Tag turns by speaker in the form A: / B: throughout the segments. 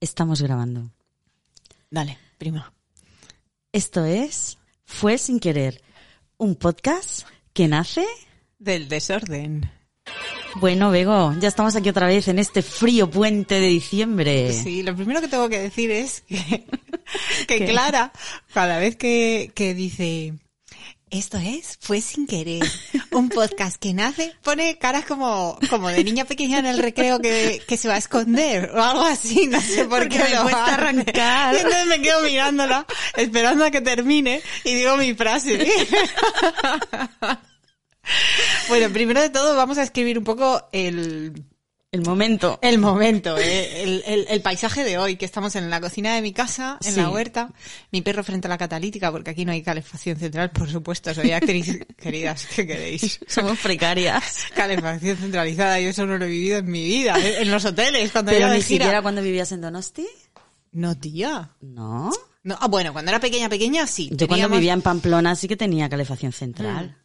A: Estamos grabando.
B: Dale, prima.
A: Esto es Fue sin querer, un podcast que nace...
B: Del desorden.
A: Bueno, Bego, ya estamos aquí otra vez en este frío puente de diciembre.
B: Sí, lo primero que tengo que decir es que, que Clara, cada vez que, que dice, esto es Fue sin querer, un podcast que nace, pone caras como, como de niña pequeña en el recreo que, que se va a esconder o algo así, no sé por
A: Porque
B: qué
A: me
B: lo
A: cuesta
B: hace.
A: arrancar.
B: Y entonces me quedo mirándola, esperando a que termine y digo mi frase. Bueno, primero de todo vamos a escribir un poco el,
A: El momento.
B: el momento, eh, el, el- el paisaje de hoy, que estamos en la cocina de mi casa, en
A: Sí.
B: la huerta, mi perro frente a la catalítica, porque aquí no hay calefacción central, por supuesto, soy actriz, queridas, ¿qué queréis?
A: Somos precarias.
B: Calefacción centralizada, yo eso no lo he vivido en mi vida, eh, en los hoteles, cuando
A: Pero
B: iba de
A: ni
B: gira.
A: siquiera cuando vivías en Donosti.
B: No, tía.
A: No.
B: No, ah, bueno, cuando era pequeña, pequeña, sí.
A: Yo cuando
B: Teníamos- Ah.
A: vivía en Pamplona sí que tenía calefacción central.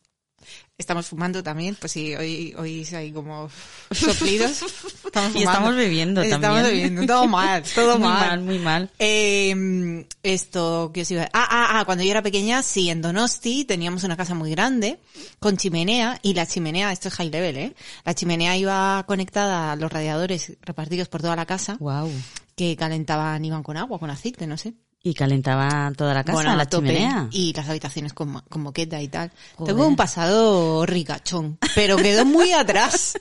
B: Estamos fumando también, pues sí, hoy, hoy hay como soplidos. Estamos
A: Y estamos bebiendo
B: Estamos
A: también.
B: bebiendo, todo mal, todo
A: muy
B: mal.
A: mal, muy mal.
B: Eh, esto, ¿qué os iba a Ah, ah, ah, cuando yo era pequeña, sí, en Donosti teníamos una casa muy grande con chimenea y la chimenea, esto es high level, ¿eh? La chimenea iba conectada a los radiadores repartidos por toda la casa
A: Wow.
B: que calentaban, iban con agua, con aceite, no sé.
A: Y calentaba toda la casa,
B: Bueno, a
A: la
B: tope.
A: chimenea.
B: Y las habitaciones con, ma- con moqueta y tal.
A: Joder.
B: Tengo un pasado ricachón, pero quedó muy atrás.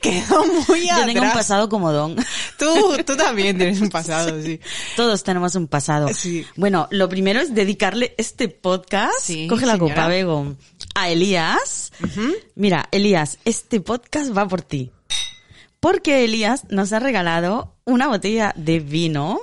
B: quedó muy
A: Yo
B: atrás.
A: tengo un pasado comodón.
B: Tú, tú también tienes un pasado, sí.
A: Todos tenemos un pasado.
B: Sí.
A: Bueno, lo primero es dedicarle este podcast.
B: Sí,
A: coge la
B: señora.
A: copa, Bego. A Elías. Mira, Elías, este podcast va por ti. Porque Elías nos ha regalado una botella de vino,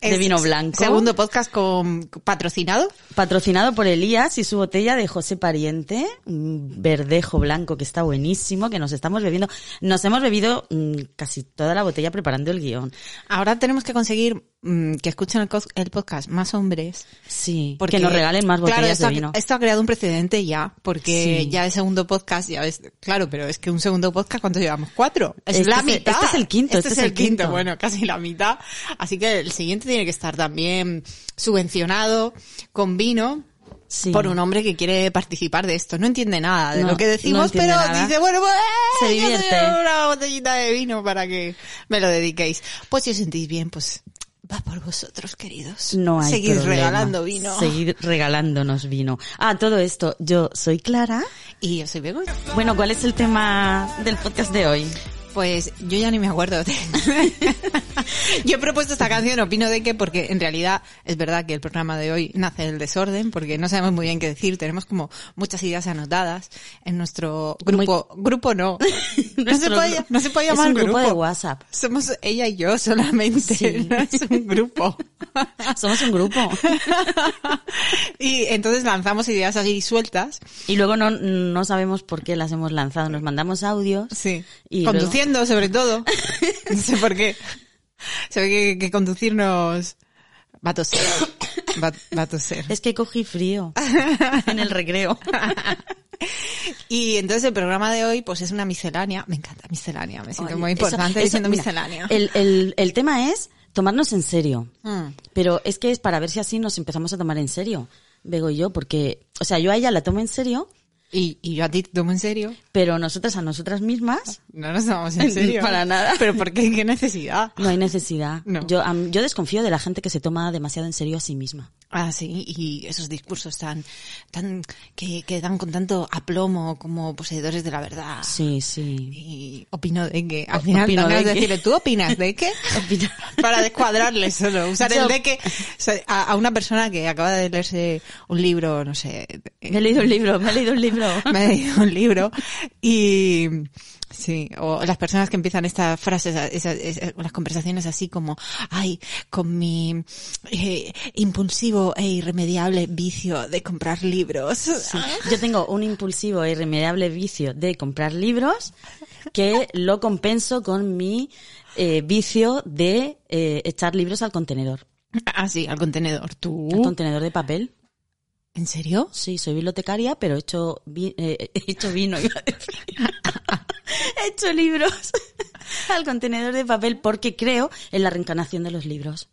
A: de
B: Es
A: vino blanco,
B: Segundo podcast con patrocinado.
A: patrocinado por Elías y su botella de José Pariente, un verdejo blanco que está buenísimo, que nos estamos bebiendo. Nos hemos bebido mm, casi toda la botella preparando el guión.
B: Ahora tenemos que conseguir mm, que escuchen el, cos- el podcast más hombres.
A: Sí,
B: Porque
A: que nos regalen más
B: claro,
A: botellas
B: esto, ha-
A: de vino.
B: esto ha creado un precedente ya, porque
A: Sí.
B: ya el segundo podcast, ya ves, claro, pero es que un segundo podcast, ¿cuánto llevamos? Cuatro. Es
A: Este
B: la
A: es el-
B: mitad.
A: este es el quinto,
B: Este, es el, quinto. bueno, casi la mitad. Así que el siguiente tiene que estar también subvencionado con vino.
A: Sí.
B: Por un hombre que quiere participar de esto. No entiende nada de
A: No,
B: lo que
A: no
B: decimos,
A: entiende
B: pero
A: nada.
B: dice, bueno, pues
A: Se
B: eh, yo te
A: divierte.
B: doy una botellita de vino para que me lo dediquéis. Pues si os sentís bien, pues va por vosotros, queridos.
A: No hay
B: Seguid
A: problema.
B: regalando vino.
A: Seguid regalándonos vino. Ah, todo esto, yo soy Clara.
B: Y yo soy Bego.
A: Bueno, ¿cuál es el tema del podcast de hoy?
B: Pues yo ya ni me acuerdo. de- yo he propuesto esta canción, opino de que, porque en realidad es verdad que el programa de hoy nace del desorden, porque no sabemos muy bien qué decir, tenemos como muchas ideas anotadas en nuestro grupo. Grupo no. No se
A: Nuestro
B: puede,
A: gru-
B: no se puede llamar
A: es un grupo,
B: grupo.
A: de WhatsApp.
B: Somos ella y yo solamente,
A: Sí.
B: no es un grupo.
A: Somos un grupo.
B: y entonces lanzamos ideas así sueltas.
A: Y luego no, no sabemos por qué las hemos lanzado. Nos mandamos audios.
B: Sí.
A: Y
B: Conduciendo, sobre todo. No sé por qué. Se ve que, que conducirnos va a toser. Va, va a toser.
A: luego- es que cogí frío en el recreo.
B: Y entonces el programa de hoy, pues es una miscelánea. Me encanta miscelánea. Me siento
A: Ay,
B: muy
A: eso-
B: importante
A: eso,
B: diciendo
A: mira,
B: miscelánea.
A: El, el, el tema es tomarnos en serio.
B: Mm.
A: Pero es que es para ver si así nos empezamos a tomar en serio. Bego y yo, porque, o sea, yo a ella la tomo en serio,
B: Y, y yo a ti te tomo en serio.
A: pero nosotras a nosotras mismas
B: No nos tomamos en serio.
A: Para nada.
B: Pero ¿por qué? ¿Qué necesidad?
A: No hay necesidad.
B: No.
A: Yo, am- yo desconfío de la gente que se toma demasiado en serio a sí misma.
B: Ah, sí, y esos discursos tan, tan, que, que dan con tanto aplomo como poseedores de la verdad.
A: Sí, sí.
B: Y opino de que, al final,
A: opino
B: dan ganas
A: de
B: de
A: que.
B: decirle, ¿tú opinas de qué?
A: Opina-
B: Para descuadrarle solo, usar
A: Yo-
B: el de que o sea, a, a una persona que acaba de leerse un libro, no sé,
A: Me he leído un libro, me he leído un libro.
B: me he leído un libro y sí o las personas que empiezan estas frases esas, esas- las conversaciones así como ay con mi eh, impulsivo e irremediable vicio de comprar libros
A: Yo tengo un impulsivo e irremediable vicio de comprar libros que lo compenso con mi eh, vicio de eh, echar libros al contenedor.
B: ah sí al contenedor tú
A: Al contenedor de papel.
B: en serio
A: Sí, soy bibliotecaria, pero he hecho, vi- eh, he hecho vino. iba a decir. he hecho libros. al contenedor de papel porque creo en la reencarnación de los libros.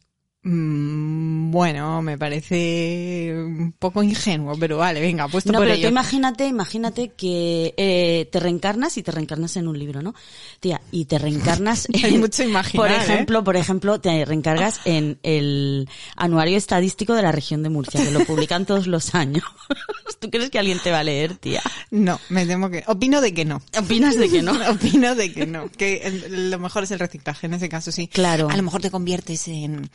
B: Mm, bueno, me parece un poco ingenuo, pero vale, venga, puesto
A: no,
B: por
A: pero tú
B: ello.
A: imagínate, imagínate que eh, te reencarnas y te reencarnas en un libro, ¿no? Tía, y te reencarnas en...
B: Hay mucho imaginar,
A: Por
B: ¿eh?
A: ejemplo, por ejemplo, te reencargas en el anuario estadístico de la región de Murcia, que lo publican todos los años. ¿Tú crees que alguien te va a leer, tía?
B: No, me temo que. Opino de que no.
A: ¿Opinas de que no?
B: Opino de que no. Que el- lo mejor es el reciclaje, en ese caso sí.
A: Claro.
B: A lo mejor te conviertes en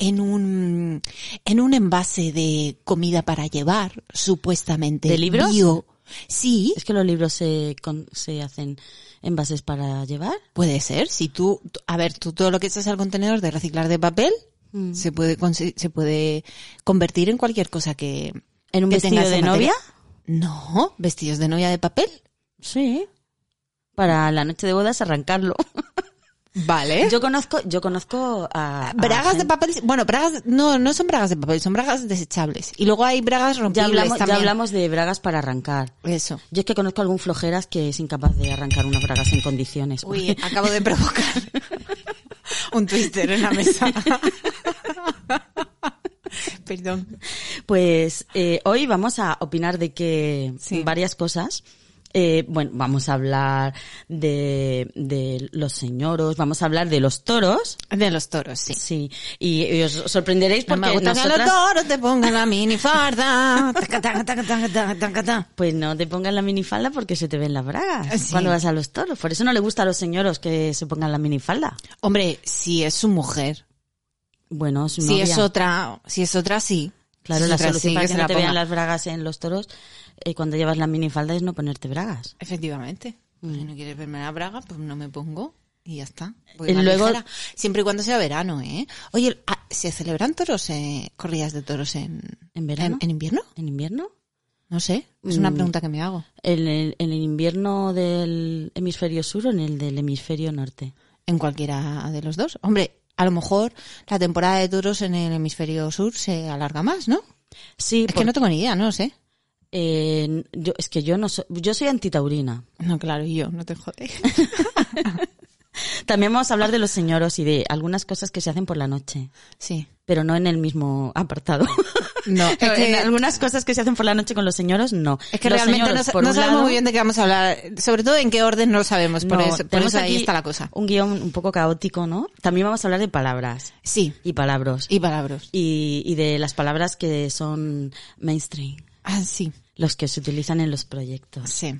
B: en un en un envase de comida para llevar, supuestamente.
A: ¿De libros?
B: bio. Sí,
A: Es que los libros se, con- se hacen envases para llevar.
B: puede ser. Si tú, a ver, tú todo lo que echas al contenedor de reciclar de papel
A: Mm.
B: se puede consi- se puede convertir en cualquier cosa que
A: ¿En un
B: que
A: vestido
B: tengas
A: de
B: en materia-
A: novia?
B: No, vestidos de novia de papel.
A: Sí. Para la noche de bodas arrancarlo.
B: Vale. Ah,
A: Yo conozco, yo conozco a... a
B: ¿Eh? Bragas
A: gente-
B: de papel, bueno, bragas, no, no son bragas de papel, son bragas desechables. Y luego hay bragas
A: Ya
B: rompibles
A: hablamos, ya
B: también.
A: hablamos de bragas para arrancar.
B: Eso.
A: Yo es que conozco algún flojeras que es incapaz de arrancar unas bragas en condiciones.
B: Uy, acabo de provocar un twister en la mesa. Perdón.
A: Pues eh, hoy vamos a opinar de que
B: Sí.
A: varias cosas. Eh, bueno, vamos a hablar de, de los señoros, vamos a hablar de los toros.
B: De los toros, sí.
A: Sí, y, y os sorprenderéis
B: No
A: porque
B: me gusta que
A: nosotras-
B: los toros te pongan la minifarda. Taca, taca, taca, taca, taca, taca, taca.
A: Pues no te pongan la minifalda porque se te ven las bragas
B: Ah, Sí.
A: cuando vas a los toros. Por eso no le gusta a los señoros que se pongan la minifalda.
B: Hombre, si es su mujer,
A: Bueno, su
B: si
A: novia.
B: es otra, si es otra, sí. Si
A: Claro,
B: es
A: la
B: otra,
A: solución
B: sí,
A: para que,
B: se
A: no
B: la
A: te
B: ponga.
A: vean las bragas en los toros eh, cuando llevas la minifalda es no ponerte bragas.
B: Efectivamente.
A: Mm.
B: Si no quieres verme la braga, pues no me pongo y ya está. Voy
A: Y
B: más
A: luego-
B: ligera. siempre y cuando sea verano, ¿eh? Oye, ah, ¿se celebran toros, eh, corridas de toros en,
A: ¿En verano?
B: en, en invierno?
A: ¿En invierno?
B: No sé. Es una
A: Mm.
B: pregunta que me hago.
A: En el, en el invierno del hemisferio sur o en el del hemisferio norte.
B: En cualquiera de los dos. Hombre, a lo mejor la temporada de toros en el hemisferio sur se alarga más, ¿no?
A: Sí,
B: Es
A: por-
B: que no tengo ni idea, no lo sé.
A: eh, yo, es que yo no soy, yo soy antitaurina.
B: No, claro, y yo, no te jodéis.
A: También vamos a hablar de los señoros y de algunas cosas que se hacen por la noche,
B: Sí.
A: pero no en el mismo apartado.
B: No, es que-
A: en algunas cosas que se hacen por la noche con los señoros, no.
B: Es que
A: Los
B: realmente no,
A: señoros,
B: sa-
A: por
B: no
A: un
B: sabemos
A: lado,
B: muy bien de qué vamos a hablar. Sobre todo en qué orden no lo sabemos. Por
A: no,
B: eso, por
A: tenemos
B: eso ahí
A: aquí
B: está la cosa.
A: Un guión un poco caótico, ¿no? También vamos a hablar de palabras
B: Sí.
A: y palabras.
B: Y palabras.
A: y, y de las palabras que son mainstream,
B: Ah, sí,
A: los que se utilizan en los proyectos.
B: sí.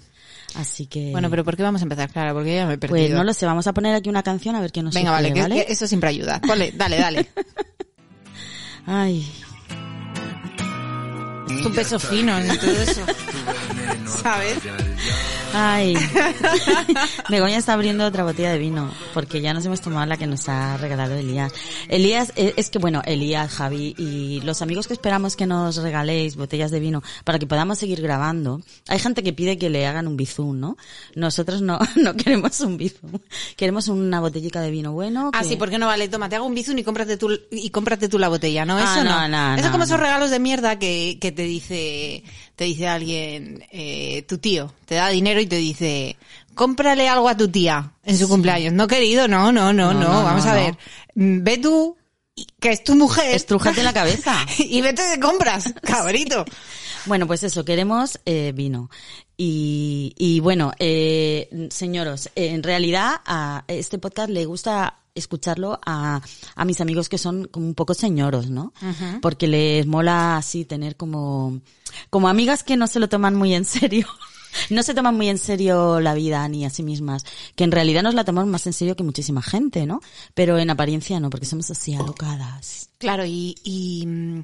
A: Así que...
B: Bueno, pero ¿por qué vamos a empezar, Clara? Porque ya me he perdido.
A: Eh. Pues no lo sé, vamos a poner aquí una canción a ver qué nos
B: Venga, vale,
A: sucede,
B: que, que eso siempre ayuda. Ponle, dale, dale.
A: Ay,
B: tu peso fino y todo eso. ¿Sabes?
A: ay. Begoña está abriendo otra botella de vino, porque ya nos hemos tomado la que nos ha regalado Elías. Elías, eh, es que bueno, Elías, Javi y los amigos que esperamos que nos regaléis botellas de vino para que podamos seguir grabando. Hay gente que pide que le hagan un bizum, ¿no? Nosotros no, no queremos un bizum. Queremos una botellica de vino bueno.
B: Ah,
A: que-
B: sí, porque no vale, toma, te hago un bizun y cómprate tú, y cómprate tú la botella, ¿no?
A: Ah,
B: Eso
A: no,
B: no.
A: no,
B: eso
A: no,
B: es como esos
A: no.
B: regalos de mierda que, que te dice, te dice alguien, eh, tu tío, te da dinero y te dice, cómprale algo a tu tía en su cumpleaños. No, querido, no, no, no,
A: No,
B: no,
A: no,
B: vamos
A: no,
B: a
A: no.
B: ver. Mm, Ve tú, y- que es tu mujer.
A: Estrújate la cabeza.
B: y vete de compras, cabrito.
A: Bueno, pues eso, queremos eh, vino. Y, y bueno, eh, señoros, eh, en realidad a este podcast le gusta escucharlo a, a mis amigos que son como un poco señoros, ¿no? Porque les mola así tener como, como amigas que no se lo toman muy en serio. No se toman muy en serio la vida ni a sí mismas, que en realidad nos la tomamos más en serio que muchísima gente, ¿no? Pero en apariencia no, porque somos así alocadas.
B: Claro, y, y, mm,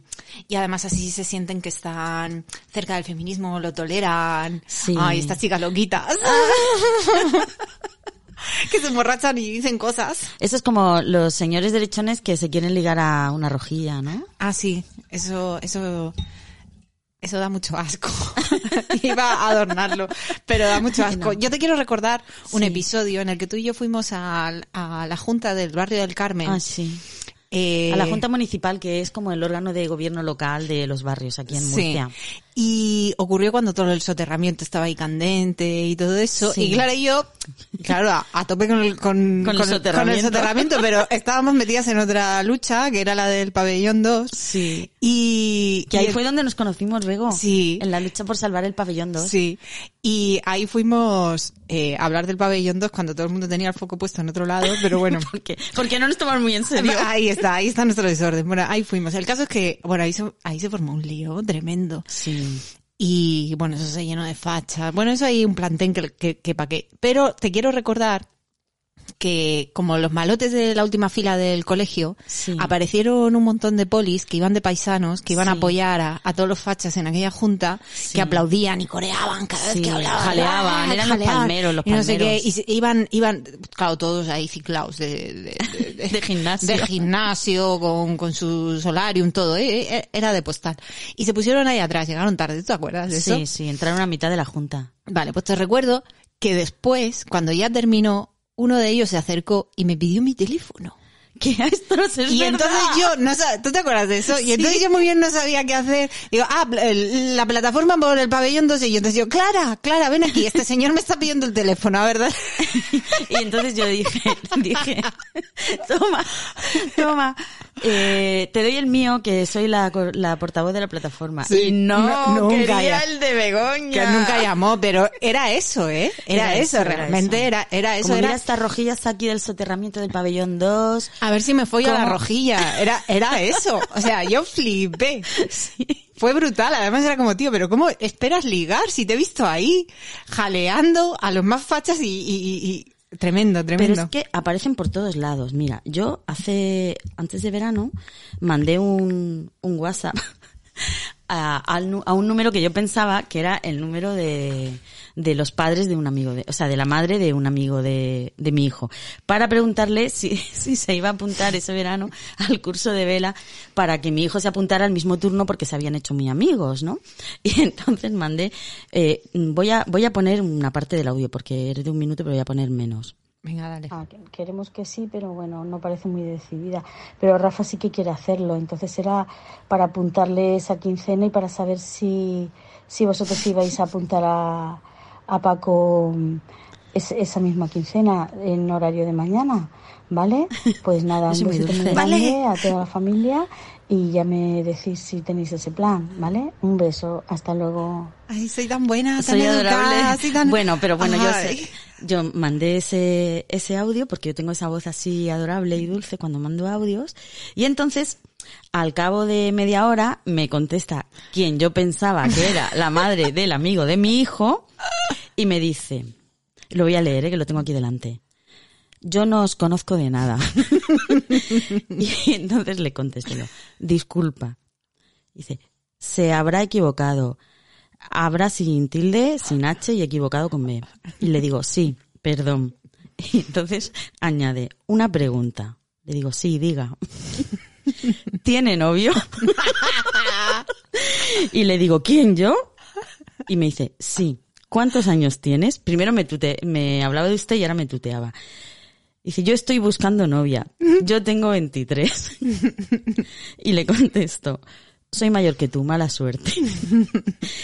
B: y además así se sienten que están cerca del feminismo, lo toleran.
A: Sí.
B: Ay, estas chicas loquitas. Ah. que se emborrachan y dicen cosas.
A: Eso es como los señores derechones que se quieren ligar a una rojilla, ¿no?
B: Ah, sí, eso, eso, eso da mucho asco. Iba a adornarlo, pero da mucho asco. Yo te quiero recordar un episodio en el que tú y yo fuimos al- a, la Junta del Barrio del Carmen.
A: Ah, sí.
B: Eh,
A: A la Junta Municipal, que es como el órgano de gobierno local de los barrios aquí en
B: Sí.
A: Murcia.
B: Y ocurrió cuando todo el soterramiento estaba ahí candente y todo eso.
A: Sí.
B: Y claro, yo, claro, a, a tope con el, con,
A: Con el soterramiento.
B: soterramiento, pero estábamos metidas en otra lucha, que era la del pabellón 2.
A: Sí.
B: Y,
A: Que
B: y
A: ahí
B: el-
A: fue donde nos conocimos luego.
B: Sí.
A: En la lucha por salvar el pabellón 2.
B: Sí, y ahí fuimos eh, a hablar del pabellón 2 cuando todo el mundo tenía el foco puesto en otro lado, pero bueno.
A: Porque, porque no nos tomamos muy en serio.
B: Ahí está, ahí está nuestro desorden. Bueno, ahí fuimos. El caso es que, bueno, ahí se, ahí se formó un lío tremendo.
A: Sí.
B: Y bueno, eso se llenó de fachas. Bueno, eso hay un plantén que, que, que pa' qué. Pero te quiero recordar que como los malotes de la última fila del colegio,
A: Sí.
B: aparecieron un montón de polis que iban de paisanos, que iban a
A: Sí.
B: apoyar a, a todos los fachas en aquella junta,
A: Sí.
B: que aplaudían y coreaban cada vez
A: Sí,
B: que hablaban.
A: jaleaban, eran los palmeros, los
B: y no sé qué,
A: palmeros.
B: y se- iban, iban, claro, todos ahí ciclados de, de- de-
A: De gimnasio.
B: de gimnasio, con, con su solarium, todo, eh, eh, era de postal. Y se pusieron ahí atrás, llegaron tarde, ¿tú te acuerdas de eso?
A: Sí, sí, entraron a mitad de la Junta.
B: Vale, pues te recuerdo que después, cuando ya terminó, uno de ellos se acercó y me pidió mi teléfono.
A: Que esto no se
B: Y entonces yo, no sab- ¿tú te acuerdas de eso? Y entonces yo muy bien no sabía qué hacer. Digo, ah, pl- el- la plataforma por el pabellón 12. Y entonces yo, Clara, Clara, ven aquí, este señor me está pidiendo el teléfono, ¿a ¿verdad?
A: Y entonces yo dije, dije, toma, toma, eh, te doy el mío, que soy la, co- la portavoz de la plataforma.
B: Sí,
A: y no,
B: no- nunca
A: quería
B: ya.
A: el de Begoña.
B: Que nunca llamó, pero era eso, ¿eh? Era, eso,
A: era
B: realmente
A: eso.
B: era, era eso.
A: Como
B: era-
A: mira estas rojillas aquí del soterramiento del pabellón 2.
B: A ver si me follo a la
A: ¿Cómo?
B: rojilla. Era, era eso. O sea, yo flipé. Fue brutal. Además era como, tío, pero ¿cómo esperas ligar si te he visto ahí jaleando a los más fachas y... y- y- y- Tremendo, tremendo.
A: Pero es que aparecen por todos lados. Mira, yo hace, antes de verano, mandé un, un WhatsApp a, al nu- a un número que yo pensaba que era el número de, de los padres de un amigo, de, o sea, de la madre de un amigo de, de mi hijo, para preguntarle si, si se iba a apuntar ese verano al curso de vela para que mi hijo se apuntara al mismo turno porque se habían hecho muy amigos, ¿no? Y entonces mandé, eh, voy a, voy a poner una parte del audio porque es de un minuto, pero voy a poner menos.
B: Venga, dale.
C: Ah, que- queremos que sí, pero bueno, no parece muy decidida. Pero Rafa sí que quiere hacerlo, entonces era para apuntarle esa quincena y para saber si, si vosotros ibais a apuntar a, a Paco mm, es- esa misma quincena en horario de mañana, ¿vale? Pues nada,
A: Es
C: un
A: muy
C: besito muy
A: dulce.
C: grande a toda la familia y ya me decís si tenéis ese plan, ¿vale? Un beso, hasta luego.
B: Ay, soy tan buena, Ah, tan
A: soy adorable.
B: educada, soy tan-
A: Bueno, pero bueno, yo
B: Ay.
A: sé. Yo mandé ese, ese audio porque yo tengo esa voz así adorable y dulce cuando mando audios. Y entonces, al cabo de media hora, me contesta quien yo pensaba que era la madre del amigo de mi hijo y me dice, lo voy a leer, eh, que lo tengo aquí delante. Yo no os conozco de nada. y entonces le contesto, yo, disculpa. Dice, se habrá equivocado. Habrá sin tilde, sin H y equivocado con B. Y le digo, sí, perdón. Y entonces añade, una pregunta. Le digo, sí, diga. ¿Tiene novio? y le digo, ¿quién yo? Y me dice, sí. ¿Cuántos años tienes? Primero me, tute, me hablaba de usted y ahora me tuteaba. Dice, yo estoy buscando novia. Yo tengo 23. Y le contesto, soy mayor que tú, mala suerte.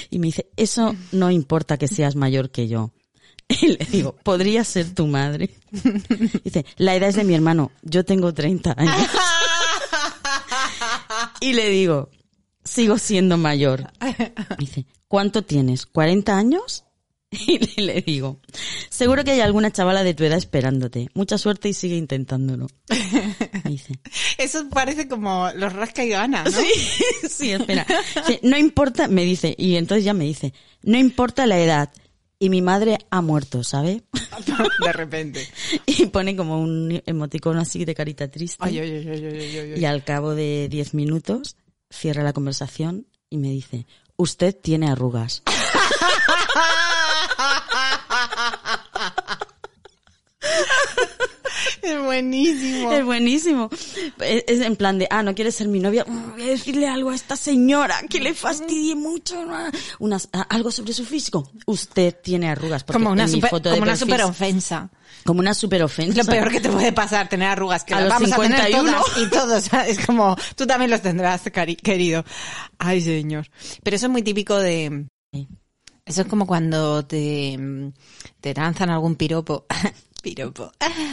A: Y me dice, eso no importa que seas mayor que yo. Y le digo, podría ser tu madre. Dice, la edad es de mi hermano, yo tengo 30 años. Y le digo, sigo siendo mayor. Dice, ¿cuánto tienes? ¿40 años? Y le, le digo, seguro que hay alguna chavala de tu edad esperándote. Mucha suerte y sigue intentándolo. Me dice,
B: Eso parece como los rasca y gana, ¿no?
A: sí, espera. Sí, no importa, me dice, y entonces ya me dice, no importa la edad. Y mi madre ha muerto, ¿sabe?
B: De repente.
A: Y pone como un emoticono así de carita triste.
B: Ay, ay, ay, ay, ay, ay, ay.
A: Y al cabo de 10 minutos cierra la conversación y me dice, usted tiene arrugas.
B: Es buenísimo.
A: Es buenísimo. Es, es en plan de, ah, no quieres ser mi novia. Mm, Voy a decirle algo a esta señora que le fastidie mucho. Unas, a- algo sobre su físico. Usted tiene arrugas. Porque
B: Como una
A: en mi
B: super,
A: foto de
B: como una
A: perfil-
B: super ofensa.
A: Como una super
B: Es
A: ofensa.
B: lo peor que te puede pasar tener arrugas que
A: A
B: las
A: los
B: vamos a tener
A: 51.
B: todas y todos. ¿sabes? Es como tú también los tendrás, cari- querido. Ay, señor. Pero eso es muy típico de eso es como cuando te te lanzan algún piropo. piropo.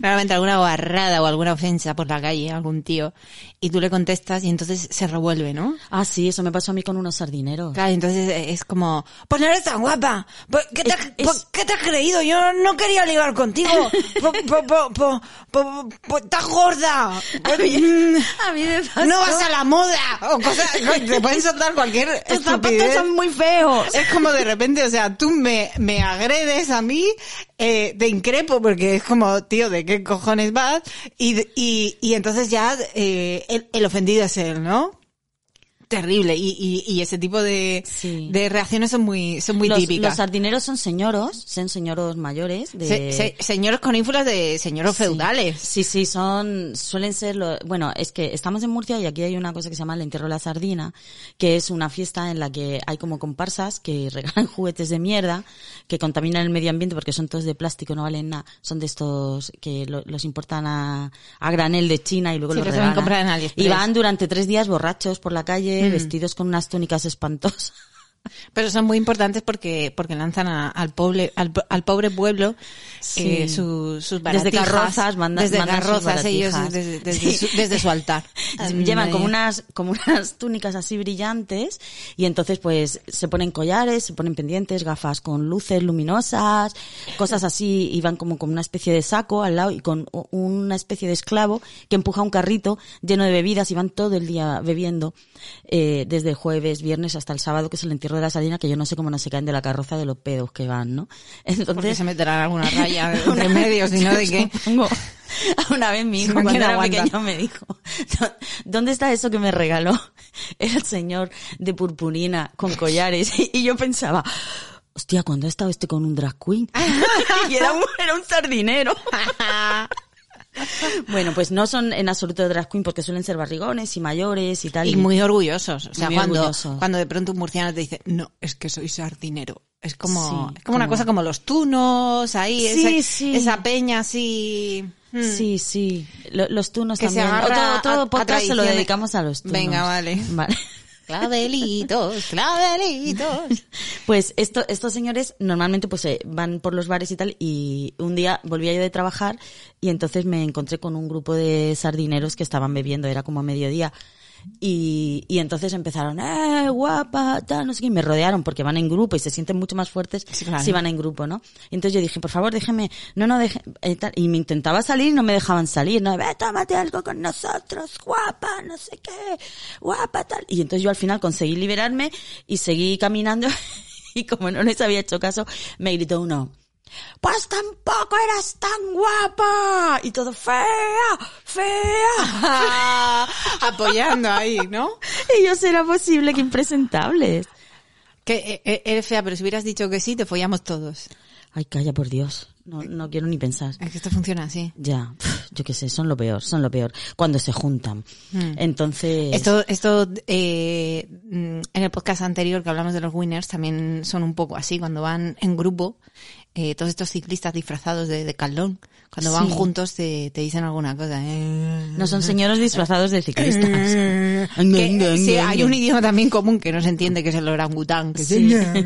B: Normalmente alguna barrada o alguna ofensa por la calle, algún tío, y tú le contestas y entonces se revuelve, ¿no?
A: Ah, sí, eso me pasó a mí con unos sardineros.
B: Claro, entonces eh, es como, pues no eres tan guapa. ¿Por ¿Qué te,
A: Es-
B: por
A: es-
B: qué te has creído? Yo no quería ligar contigo. Pues, Po- po- po- po- po- po- pues, ¡Estás gorda!
A: A mí me pasó.
B: ¡No vas a la moda! O cosas, te pueden soltar cualquier
A: Tus zapatos
B: estupidez.
A: son muy feos.
B: Es como de repente, o sea, tú me, me agredes a mí, eh, te increpo porque es como, tío, ¿de qué cojones vas? Y, y, y entonces ya eh, el, el ofendido es él, ¿no? Terrible. Y, y, y ese tipo de,
A: Sí.
B: de reacciones son muy, son muy
A: los, los
B: típicas.
A: sardineros son señoros, son señoros mayores. De...
B: Se- se- señores con ínfulas de señores
A: Sí.
B: feudales.
A: Sí, sí, son, suelen ser lo, bueno, es que estamos en Murcia y aquí hay una cosa que se llama el entierro de la sardina, que es una fiesta en la que hay como comparsas que regalan juguetes de mierda, que contaminan el medio ambiente porque son todos de plástico, no valen nada, son de estos que lo- los importan a, a granel de China y luego
B: Sí,
A: los
B: los deben
A: regalan.
B: comprar en AliExpress.
A: y van durante tres días borrachos por la calle, vestidos con unas túnicas espantosas.
B: Pero son muy importantes porque, porque lanzan a- al, pobre, al, po- al pobre pueblo
A: Sí.
B: eh, su- sus baratijas.
A: Desde carrozas manda-
B: Desde
A: mandan sus
B: carrozas ellos
A: baratijas.
B: desde, desde
A: Sí.
B: su, desde su altar.
A: llevan como
B: Ay.
A: unas como unas túnicas así brillantes y entonces pues se ponen collares, se ponen pendientes, gafas con luces luminosas, cosas así y van como con una especie de saco al lado y con u- una especie de esclavo que empuja un carrito lleno de bebidas y van todo el día bebiendo eh, desde jueves, viernes hasta el sábado que es el entierro de la sardina que yo no sé cómo no se caen de la carroza de los pedos que van, ¿no?
B: Porque
A: Entonces
B: se meterán alguna raya de remedios, sino de qué.
A: Supongo. Una vez mi hijo,
B: ¿Quién
A: cuando era
B: aguanta?
A: pequeño, me dijo, "¿Dó- ¿dónde está eso que me regaló el señor de purpurina con collares? Y yo pensaba, hostia, ¿cuándo ha estado este con un drag queen? y era un, era un sardinero. bueno, pues no son en absoluto drag queen porque suelen ser barrigones y mayores y tal.
B: Y muy orgullosos. O sea,
A: Muy
B: cuando,
A: orgullosos.
B: cuando de pronto un murciano te dice, no, es que soy sardinero. Es como,
A: Sí,
B: es como una
A: como-
B: cosa como los tunos, ahí,
A: Sí,
B: esa,
A: sí.
B: esa peña así. mm,
A: Sí, sí. Lo- los tunos
B: Que se
A: también.
B: agarra
A: Otro- otro
B: a- a
A: podcast se lo
B: tradiciones.
A: dedicamos a los tunos.
B: Venga, vale.
A: Vale.
B: Clavelitos, clavelitos.
A: Pues esto, estos señores normalmente pues eh, van por los bares y tal y un día volvía yo de trabajar y entonces me encontré con un grupo de sardineros que estaban bebiendo, era como a mediodía. Y, y entonces empezaron, eh, guapa, tal, no sé qué, y me rodearon porque van en grupo y se sienten mucho más fuertes
B: Sí, claro.
A: si van en grupo, ¿no? Y entonces yo dije, por favor, déjeme, no, no, deje, eh, tal, y me intentaba salir y no me dejaban salir, no, ve, tómate algo con nosotros, guapa, no sé qué, guapa, tal. Y entonces yo al final conseguí liberarme y seguí caminando y como no les había hecho caso, me gritó uno, pues tampoco eras tan guapa y todo fea, fea.
B: Ah, apoyando ahí, ¿no?
A: Y yo, ¿será posible que impresentables?
B: Que eh, eh, eres fea, pero si hubieras dicho que sí, te follamos todos.
A: Ay, calla, por Dios. No, no quiero ni pensar.
B: Es que esto funciona así.
A: Ya, pf, yo qué sé, son lo peor, son lo peor. Cuando se juntan. Entonces.
B: Hmm. Esto, esto eh, mm, en el podcast anterior que hablamos de los winners también son un poco así, cuando van en grupo, eh, todos estos ciclistas disfrazados de, de caldón, cuando van
A: Sí.
B: juntos te, te dicen alguna cosa. eh.
A: No son señores disfrazados de ciclistas.
B: Que, eh, sí, hay un idioma también común que no se entiende, que es el orangután. Que
A: Sí.
B: dice,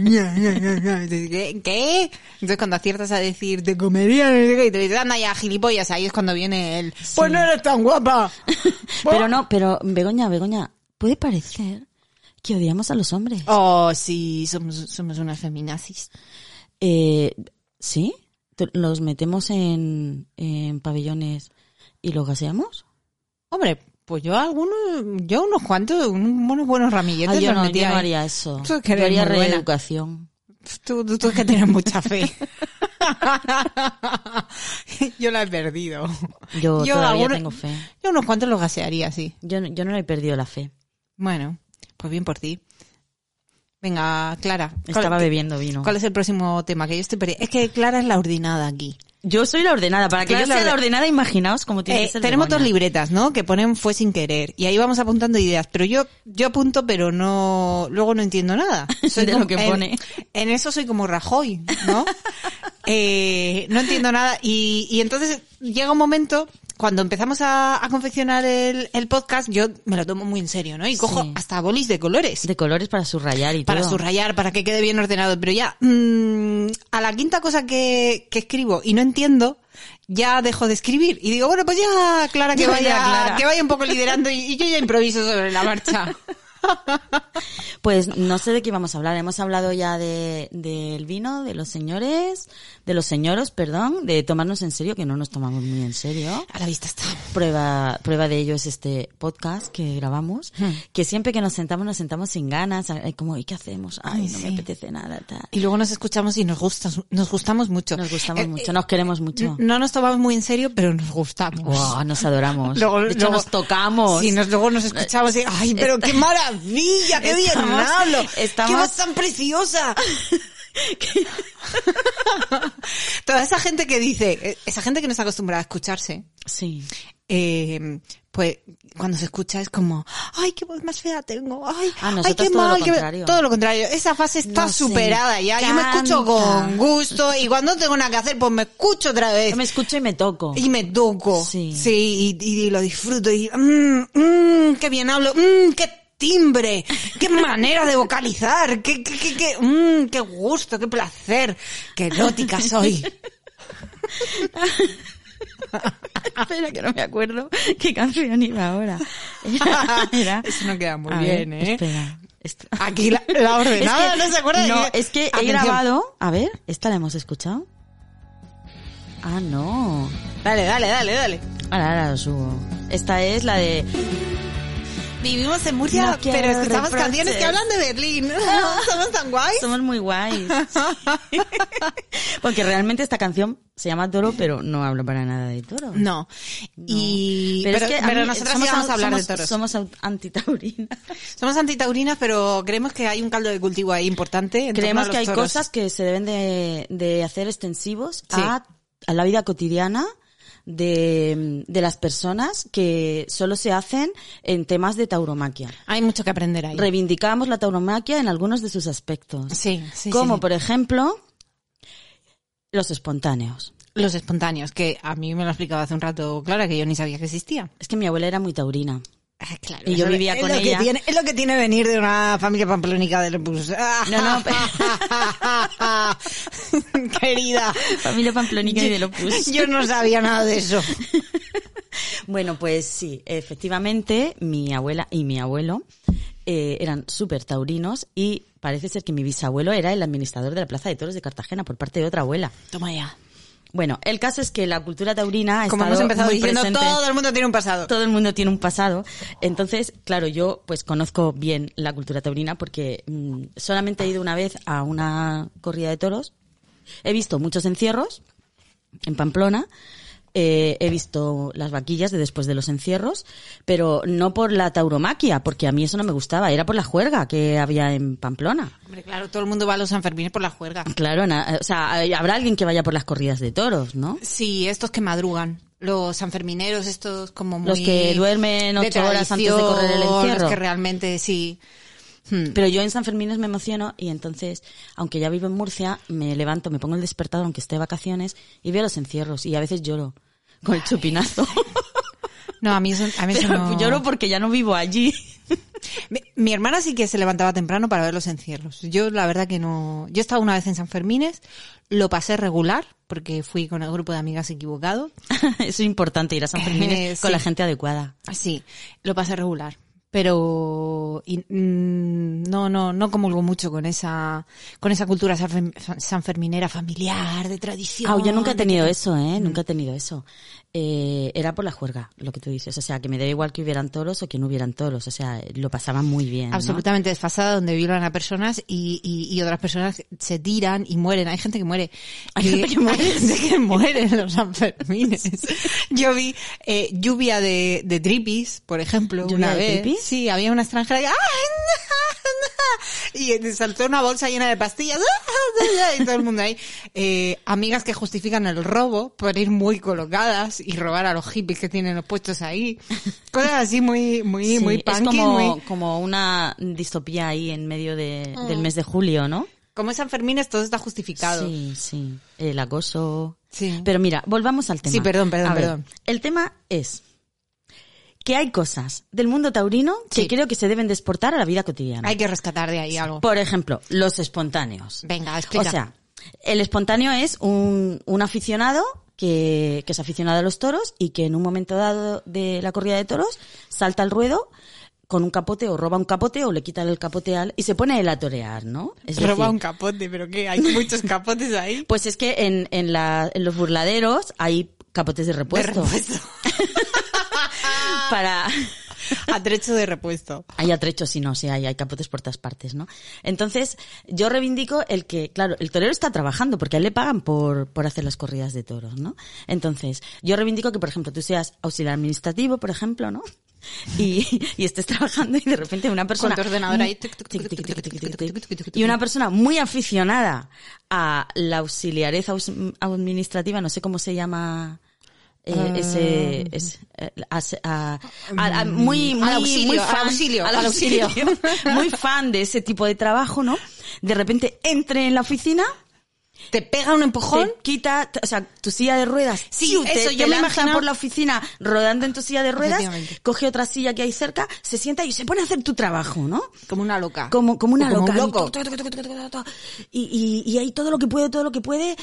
B: ¿Qué? ¿Qué? Entonces cuando aciertas a decir, te comería, no sé qué, y te dicen, anda ya, gilipollas, ahí es cuando viene el, pues no eres tan guapa.
A: Pero no, pero Begoña, Begoña, puede parecer que odiamos a los hombres.
B: Oh, sí, somos, somos unas feminazis.
A: Eh, ¿Sí? ¿Te- ¿Los metemos en, en pabellones y los gaseamos?
B: Hombre, pues yo algunos, yo unos cuantos, un- unos buenos ramilletes
A: Ay, Ah, yo
B: los
A: no,
B: metía
A: yo no
B: ahí.
A: haría eso.
B: Tú es que
A: yo
B: eres
A: haría
B: muy buena.
A: reeducación.
B: Tú, tú, tú es que tienes mucha fe. yo la he perdido.
A: Yo, todavía
B: algunos-
A: tengo fe.
B: Yo unos cuantos los gasearía, sí.
A: Yo, no- yo no le he perdido la fe.
B: Bueno, pues bien por ti. Venga, Clara.
A: Estaba
B: ¿cuál-
A: bebiendo vino.
B: ¿Cuál es el próximo tema? Que yo estoy perdida. Es que Clara es la ordenada aquí.
A: Yo soy la ordenada. Para que
B: Claro,
A: yo sea
B: la
A: la
B: orde-
A: ordenada, imaginaos cómo tiene
B: Eh,
A: que ser.
B: tenemos
A: Begoña.
B: dos libretas, ¿no? Que ponen fue sin querer. Y ahí vamos apuntando ideas. Pero yo, yo apunto, pero no, luego no entiendo nada.
A: De lo
B: como-
A: que
B: en-
A: pone.
B: En, eso soy como Rajoy, ¿no? Eh, no entiendo nada. Y, y entonces llega un momento, cuando empezamos a, a confeccionar el, el podcast, yo me lo tomo muy en serio, ¿no? Y cojo
A: Sí.
B: hasta bolis de colores.
A: De colores para subrayar y
B: para
A: todo.
B: subrayar, para que quede bien ordenado. Pero ya, mm, a la quinta cosa que, que escribo y no entiendo, ya dejo de escribir. Y digo, bueno, pues ya, Clara, que
A: Ya,
B: vaya,
A: ya, Clara.
B: que vaya un poco liderando y, y yo ya improviso sobre la marcha.
A: Pues no sé de qué vamos a hablar. Hemos hablado ya de, del vino, de los señores, de los señoros, perdón, de tomarnos en serio, que no nos tomamos muy en serio.
B: A la vista está.
A: Prueba, prueba de ello es este podcast que grabamos,
B: Hmm.
A: que siempre que nos sentamos, nos sentamos sin ganas, ay, como, ¿y qué hacemos? Ay,
B: Ay,
A: no
B: sí.
A: me apetece nada, tal.
B: Y luego nos escuchamos y nos gustas, nos gustamos mucho.
A: Nos gustamos
B: Eh,
A: mucho, nos queremos mucho.
B: No nos tomamos muy en serio, pero nos gustamos.
A: Guau, nos adoramos.
B: Luego-
A: de hecho,
B: luego-
A: nos tocamos.
B: Sí, nos, luego nos escuchamos y, ay, pero qué maravilla, qué bien
A: Estamos-
B: hablo,
A: estamos-
B: qué voz tan preciosa. Toda esa gente que dice, eh, esa gente que no está acostumbrada a escucharse,
A: Sí.
B: eh, pues cuando se escucha es como, ay, qué voz más fea tengo, ay,
A: Ah,
B: ay,
A: nosotras
B: qué
A: todo lo
B: mal, qué mal".
A: contrario.
B: todo lo contrario. Esa fase está
A: Nos
B: superada ya. Yo me escucho con
A: encanta.
B: gusto y cuando no tengo nada que hacer, pues me escucho otra vez.
A: Yo me escucho y me toco.
B: Y me toco.
A: Sí.
B: Sí. y, y lo disfruto. Y, mmm, mmm, qué bien hablo. Mmm, qué timbre. Qué manera de vocalizar. Qué, qué, qué, qué, mmm, qué gusto, qué placer. Qué erótica soy.
A: Espera, que no me acuerdo qué canción iba ahora. Era, era-
B: Eso no queda muy
A: A
B: bien, ¿eh?
A: Espera. Est-
B: Aquí la, la ordenada no se acuerda. de
A: No,
B: que-
A: es que he
B: Atención.
A: grabado. A ver, ¿esta la hemos escuchado? Ah, no.
B: Dale, dale, dale, dale.
A: Ahora, ahora lo subo. Esta es la de.
B: Vivimos en Murcia,
A: No quiero
B: pero escuchamos
A: reproches.
B: canciones que hablan de Berlín. Somos tan guays.
A: Somos muy guays. Porque realmente esta canción se llama Toro, pero no hablo para nada de toro.
B: No. Y, pero,
A: es que a
B: pero
A: mí
B: nosotras
A: somos,
B: sí vamos a hablar
A: somos-
B: de toros.
A: Somos aut- antitaurinas.
B: Somos antitaurinas, pero creemos que hay un caldo de cultivo ahí importante. en torno a
A: Creemos
B: los
A: que hay
B: toros.
A: cosas que se deben de, de hacer extensivos
B: Sí.
A: a, a la vida cotidiana de, de las personas que solo se hacen en temas de tauromaquia.
B: Hay mucho que aprender ahí.
A: Reivindicamos la tauromaquia en algunos de sus aspectos.
B: sí, sí.
A: como
B: sí.
A: por ejemplo los espontáneos.
B: Los espontáneos, que a mí me lo explicaba hace un rato Clara, que yo ni sabía que existía.
A: Es que mi abuela era muy taurina.
B: Ah, claro.
A: Y yo
B: eso
A: vivía
B: es
A: con
B: lo
A: ella.
B: Que tiene, es lo que tiene venir de una familia pamplónica de Repús.
A: No, no,
B: Querida.
A: Familia Pamplónica y
B: yo-
A: del Opus.
B: Yo no sabía nada de eso.
A: Bueno, pues sí, efectivamente, mi abuela y mi abuelo eh, eran súper taurinos y parece ser que mi bisabuelo era el administrador de la Plaza de Toros de Cartagena por parte de otra abuela.
B: Toma ya.
A: Bueno, el caso es que la cultura taurina ha
B: Como hemos
A: estado
B: empezado
A: muy
B: diciendo,
A: presente.
B: todo el mundo tiene un pasado.
A: Todo el mundo tiene un pasado. Entonces, claro, yo pues conozco bien la cultura taurina porque mm, solamente he ido una vez a una corrida de toros. He visto muchos encierros en Pamplona. eh, he visto las vaquillas de después de los encierros, pero no por la tauromaquia, porque a mí eso no me gustaba, era por la juerga que había en Pamplona.
B: Hombre, claro, todo el mundo va a los Sanfermines por la juerga.
A: Claro, na- o sea, hay- habrá alguien que vaya por las corridas de toros, ¿no?
B: Sí, estos que madrugan. Los sanfermineros, estos como muy...
A: Los que duermen
B: de
A: ocho horas antes de correr el
B: tradición,
A: encierro.
B: Los que realmente sí. Hmm.
A: Pero yo en San Fermín me emociono y entonces, aunque ya vivo en Murcia, me levanto, me pongo el despertador aunque esté de vacaciones y veo los encierros y a veces lloro con el chupinazo.
B: No, a mí eso, a mí eso
A: Pero
B: no...
A: lloro porque ya no vivo allí.
B: Mi, mi hermana sí que se levantaba temprano para ver los encierros. Yo la verdad que no... Yo he estado una vez en Sanfermines, lo pasé regular porque fui con el grupo de amigas equivocado.
A: es importante ir a San Fermín
B: Eh,
A: con
B: sí.
A: la gente adecuada.
B: Ah, Sí, lo pasé regular. Pero y, mm, no, no, no comulgo mucho con esa, con esa cultura sanfer- sanferminera familiar, de tradición.
A: Ah, yo nunca he
B: de-
A: tenido eso, ¿eh? Nunca
B: Mm.
A: he tenido eso. Eh, era por la juerga, lo que tú dices. O sea, que me da igual que hubieran toros o que no hubieran toros. O sea, lo pasaba muy bien. ¿no?
B: absolutamente desfasada donde violan a personas y, y- y otras personas se tiran y mueren. Hay gente que muere.
A: Hay gente que muere.
B: hay gente que muere en los Sanfermines. Yo vi eh, lluvia de, de trippies, por ejemplo,
A: ¿Lluvia
B: una
A: de
B: vez.
A: trippies?
B: Sí, había una extranjera que, ¡Ah! y saltó una bolsa llena de pastillas ¡ah, y todo el mundo ahí. Eh, amigas que justifican el robo por ir muy colocadas y robar a los hippies que tienen los puestos ahí. Cosas así muy,
A: Sí,
B: muy, muy punky,
A: es como,
B: muy... Ah.
A: como una distopía ahí en medio de- del mes de julio, ¿no?
B: Como es San Fermín, es todo está justificado.
A: Sí, sí. El acoso.
B: Sí.
A: Pero mira, volvamos al tema.
B: Sí, perdón, perdón,
A: A ver,
B: perdón.
A: El tema es que hay cosas del mundo taurino
B: Sí.
A: que creo que se deben de exportar a la vida cotidiana.
B: Hay que rescatar de ahí algo.
A: Por ejemplo, los espontáneos.
B: Venga, explica.
A: Pues, O sea, el espontáneo es un, un aficionado que, que es aficionado a los toros y que en un momento dado de la corrida de toros salta al ruedo con un capote o roba un capote o le quita el capote al y se pone él a torear, ¿no? Es
B: Roba
A: decir,
B: un capote, pero ¿qué? Hay muchos capotes ahí.
A: Pues es que en, en, la- en los burladeros hay capotes de repuesto.
B: De repuesto.
A: para
B: Atrecho de repuesto.
A: hay atrechos y no, sí, hay, hay capotes por todas partes, ¿no? Entonces, yo reivindico el que, claro, el torero está trabajando porque a él le pagan por, por hacer las corridas de toros, ¿no? Entonces, yo reivindico que, por ejemplo, tú seas auxiliar administrativo, por ejemplo, ¿no? Y, y estés trabajando y de repente una persona...
B: tu ordenador ahí, tuc, tuc, tuc,
A: Tic, tic, tic, tic, tic,
B: tuc, tuc, tuc,
A: tic.
B: tuc,
A: Y una persona muy aficionada a la auxiliareza aus- administrativa, no sé cómo se llama... eh,
B: Ah.
A: ese, ese- eh, a- a- a- a- muy, muy,
B: Mm, Al auxilio,
A: muy
B: al
A: fan,
B: auxilio,
A: al
B: al
A: auxilio.
B: auxilio.
A: muy fan de ese tipo de trabajo, ¿no? De repente entre en la oficina,
B: ¿Te pega un empujón?
A: te quita, t- o sea, tu silla de ruedas.
B: Sí,
A: ¡chiu! te-
B: eso,
A: te
B: yo me
A: lanzan
B: imagino-
A: por la oficina rodando en tu silla de ruedas,
B: Efectivamente.
A: coge otra silla que hay cerca, se sienta y se pone a hacer tu trabajo, ¿no?
B: Como una loca.
A: Como, como una
B: O como
A: loca.
B: un loco.
A: Y, toc, toc, toc, toc, toc, toc, toc. Y- y- y ahí todo lo que puede, todo lo que puede.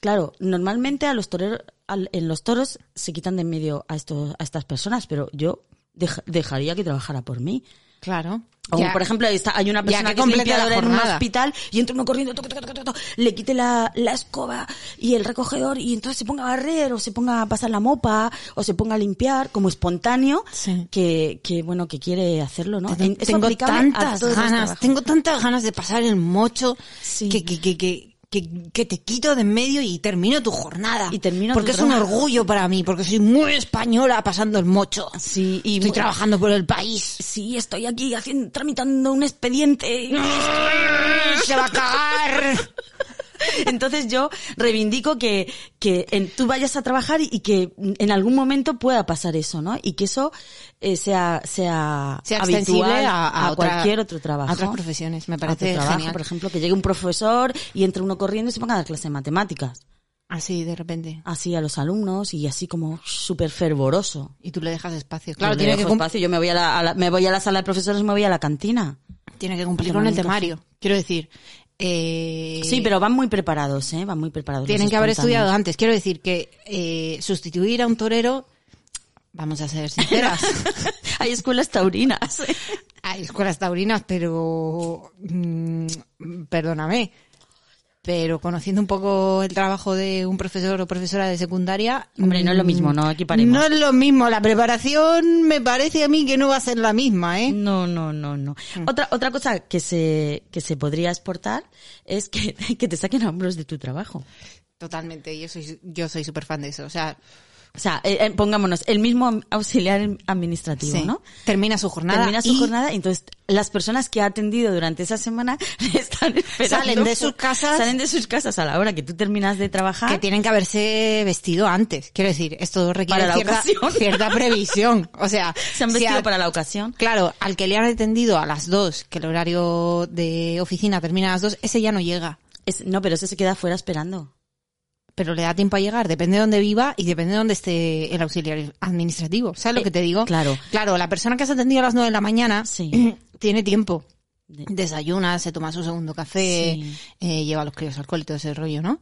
A: Claro, normalmente a los toreros, al- en los toros se quitan de en medio a, estos, a estas personas, pero yo dej- dejaría que trabajara por mí.
B: Claro.
A: O,
B: Ya.
A: por ejemplo, está- hay una
B: Ya,
A: persona
B: que
A: que es
B: complete la
A: limpiadora en un
B: jornada.
A: hospital y entra uno corriendo, toc, toc, toc, toc, toc, le quite la, la escoba y el recogedor y entonces se ponga a barrer o se ponga a pasar la mopa o se ponga a limpiar como espontáneo
B: Sí.
A: que, que, bueno, que quiere hacerlo, ¿no?
B: Te-
A: En- eso
B: tengo
A: aplicable a
B: tantas
A: todos los
B: ganas,
A: trabajos.
B: tengo tantas ganas de pasar el mocho
A: Sí.
B: que, que, que, que, que, que te quito de en medio y termino tu jornada.
A: Y termino
B: porque
A: tu
B: es un
A: trabajo.
B: orgullo para mí, porque soy muy española pasando el mocho.
A: Sí, y
B: Estoy
A: mu-
B: trabajando por el país.
A: Sí, estoy aquí haciendo, tramitando un expediente.
B: Se va a cagar.
A: Entonces yo reivindico que, que en- tú vayas a trabajar y, y que en algún momento pueda pasar eso, ¿no? Y que eso eh, sea, sea,
B: Sea
A: habitual
B: extensible a, a otra-
A: cualquier otro trabajo.
B: a otras profesiones, me
A: A tu
B: parece
A: trabajo,
B: genial.
A: por ejemplo, que llegue un profesor y entre uno corriendo y se ponga a dar clase de matemáticas.
B: Así, Ah, de repente.
A: Así a los alumnos y así como súper fervoroso.
B: Y tú le dejas espacio.
A: Yo
B: Claro,
A: le
B: tiene que,
A: dejo
B: cum-
A: espacio. Yo me voy a la, a la- me voy a la sala de profesores, me voy a la cantina.
B: tiene que cumplir
A: Que
B: con el
A: nunca-
B: temario. Quiero decir, eh,
A: Sí, pero van muy preparados, ¿eh? Van muy preparados.
B: Tienen
A: los
B: que haber
A: espontáneos.
B: estudiado antes. Quiero decir que eh, sustituir a un torero, vamos a ser sinceras,
A: Hay escuelas taurinas.
B: hay escuelas taurinas, pero mm, perdóname, pero conociendo un poco el trabajo de un profesor o profesora de secundaria, mm,
A: Hombre, no es lo mismo, no equiparemos.
B: No es lo mismo. La preparación me parece a mí que no va a ser la misma, ¿eh?
A: No, no, no, no.
B: Mm.
A: Otra, otra cosa que se, que se podría exportar es que, que te saquen a hombros de tu trabajo.
B: Totalmente. Yo soy yo soy súper fan de eso. O sea,
A: O sea, eh, eh, pongámonos, el mismo auxiliar em, administrativo,
B: sí.
A: ¿no?
B: termina su jornada.
A: Termina su
B: y
A: jornada, entonces las personas que ha atendido durante esa semana le están esperando.
B: Salen de sus casas.
A: Salen de sus casas a la hora que tú terminas de trabajar.
B: que tienen que haberse vestido antes. Quiero decir, esto requiere
A: Para la
B: cierta,
A: ocasión.
B: cierta previsión. O sea,
A: se han
B: si
A: vestido
B: a-
A: para la ocasión.
B: Claro, al que le han atendido a las dos, que el horario de oficina termina a las dos, ese ya no llega.
A: Es- no, pero ese se queda fuera esperando.
B: Pero le da tiempo a llegar, depende de dónde viva y depende de dónde esté el auxiliar administrativo. ¿Sabes lo
A: Eh,
B: que te digo?
A: claro.
B: Claro, la persona que has atendido a las nueve de la mañana
A: Sí.
B: tiene tiempo.
A: De-
B: Desayuna, se toma su segundo café,
A: Sí.
B: eh, lleva a los críos al cole y todo ese rollo, ¿no?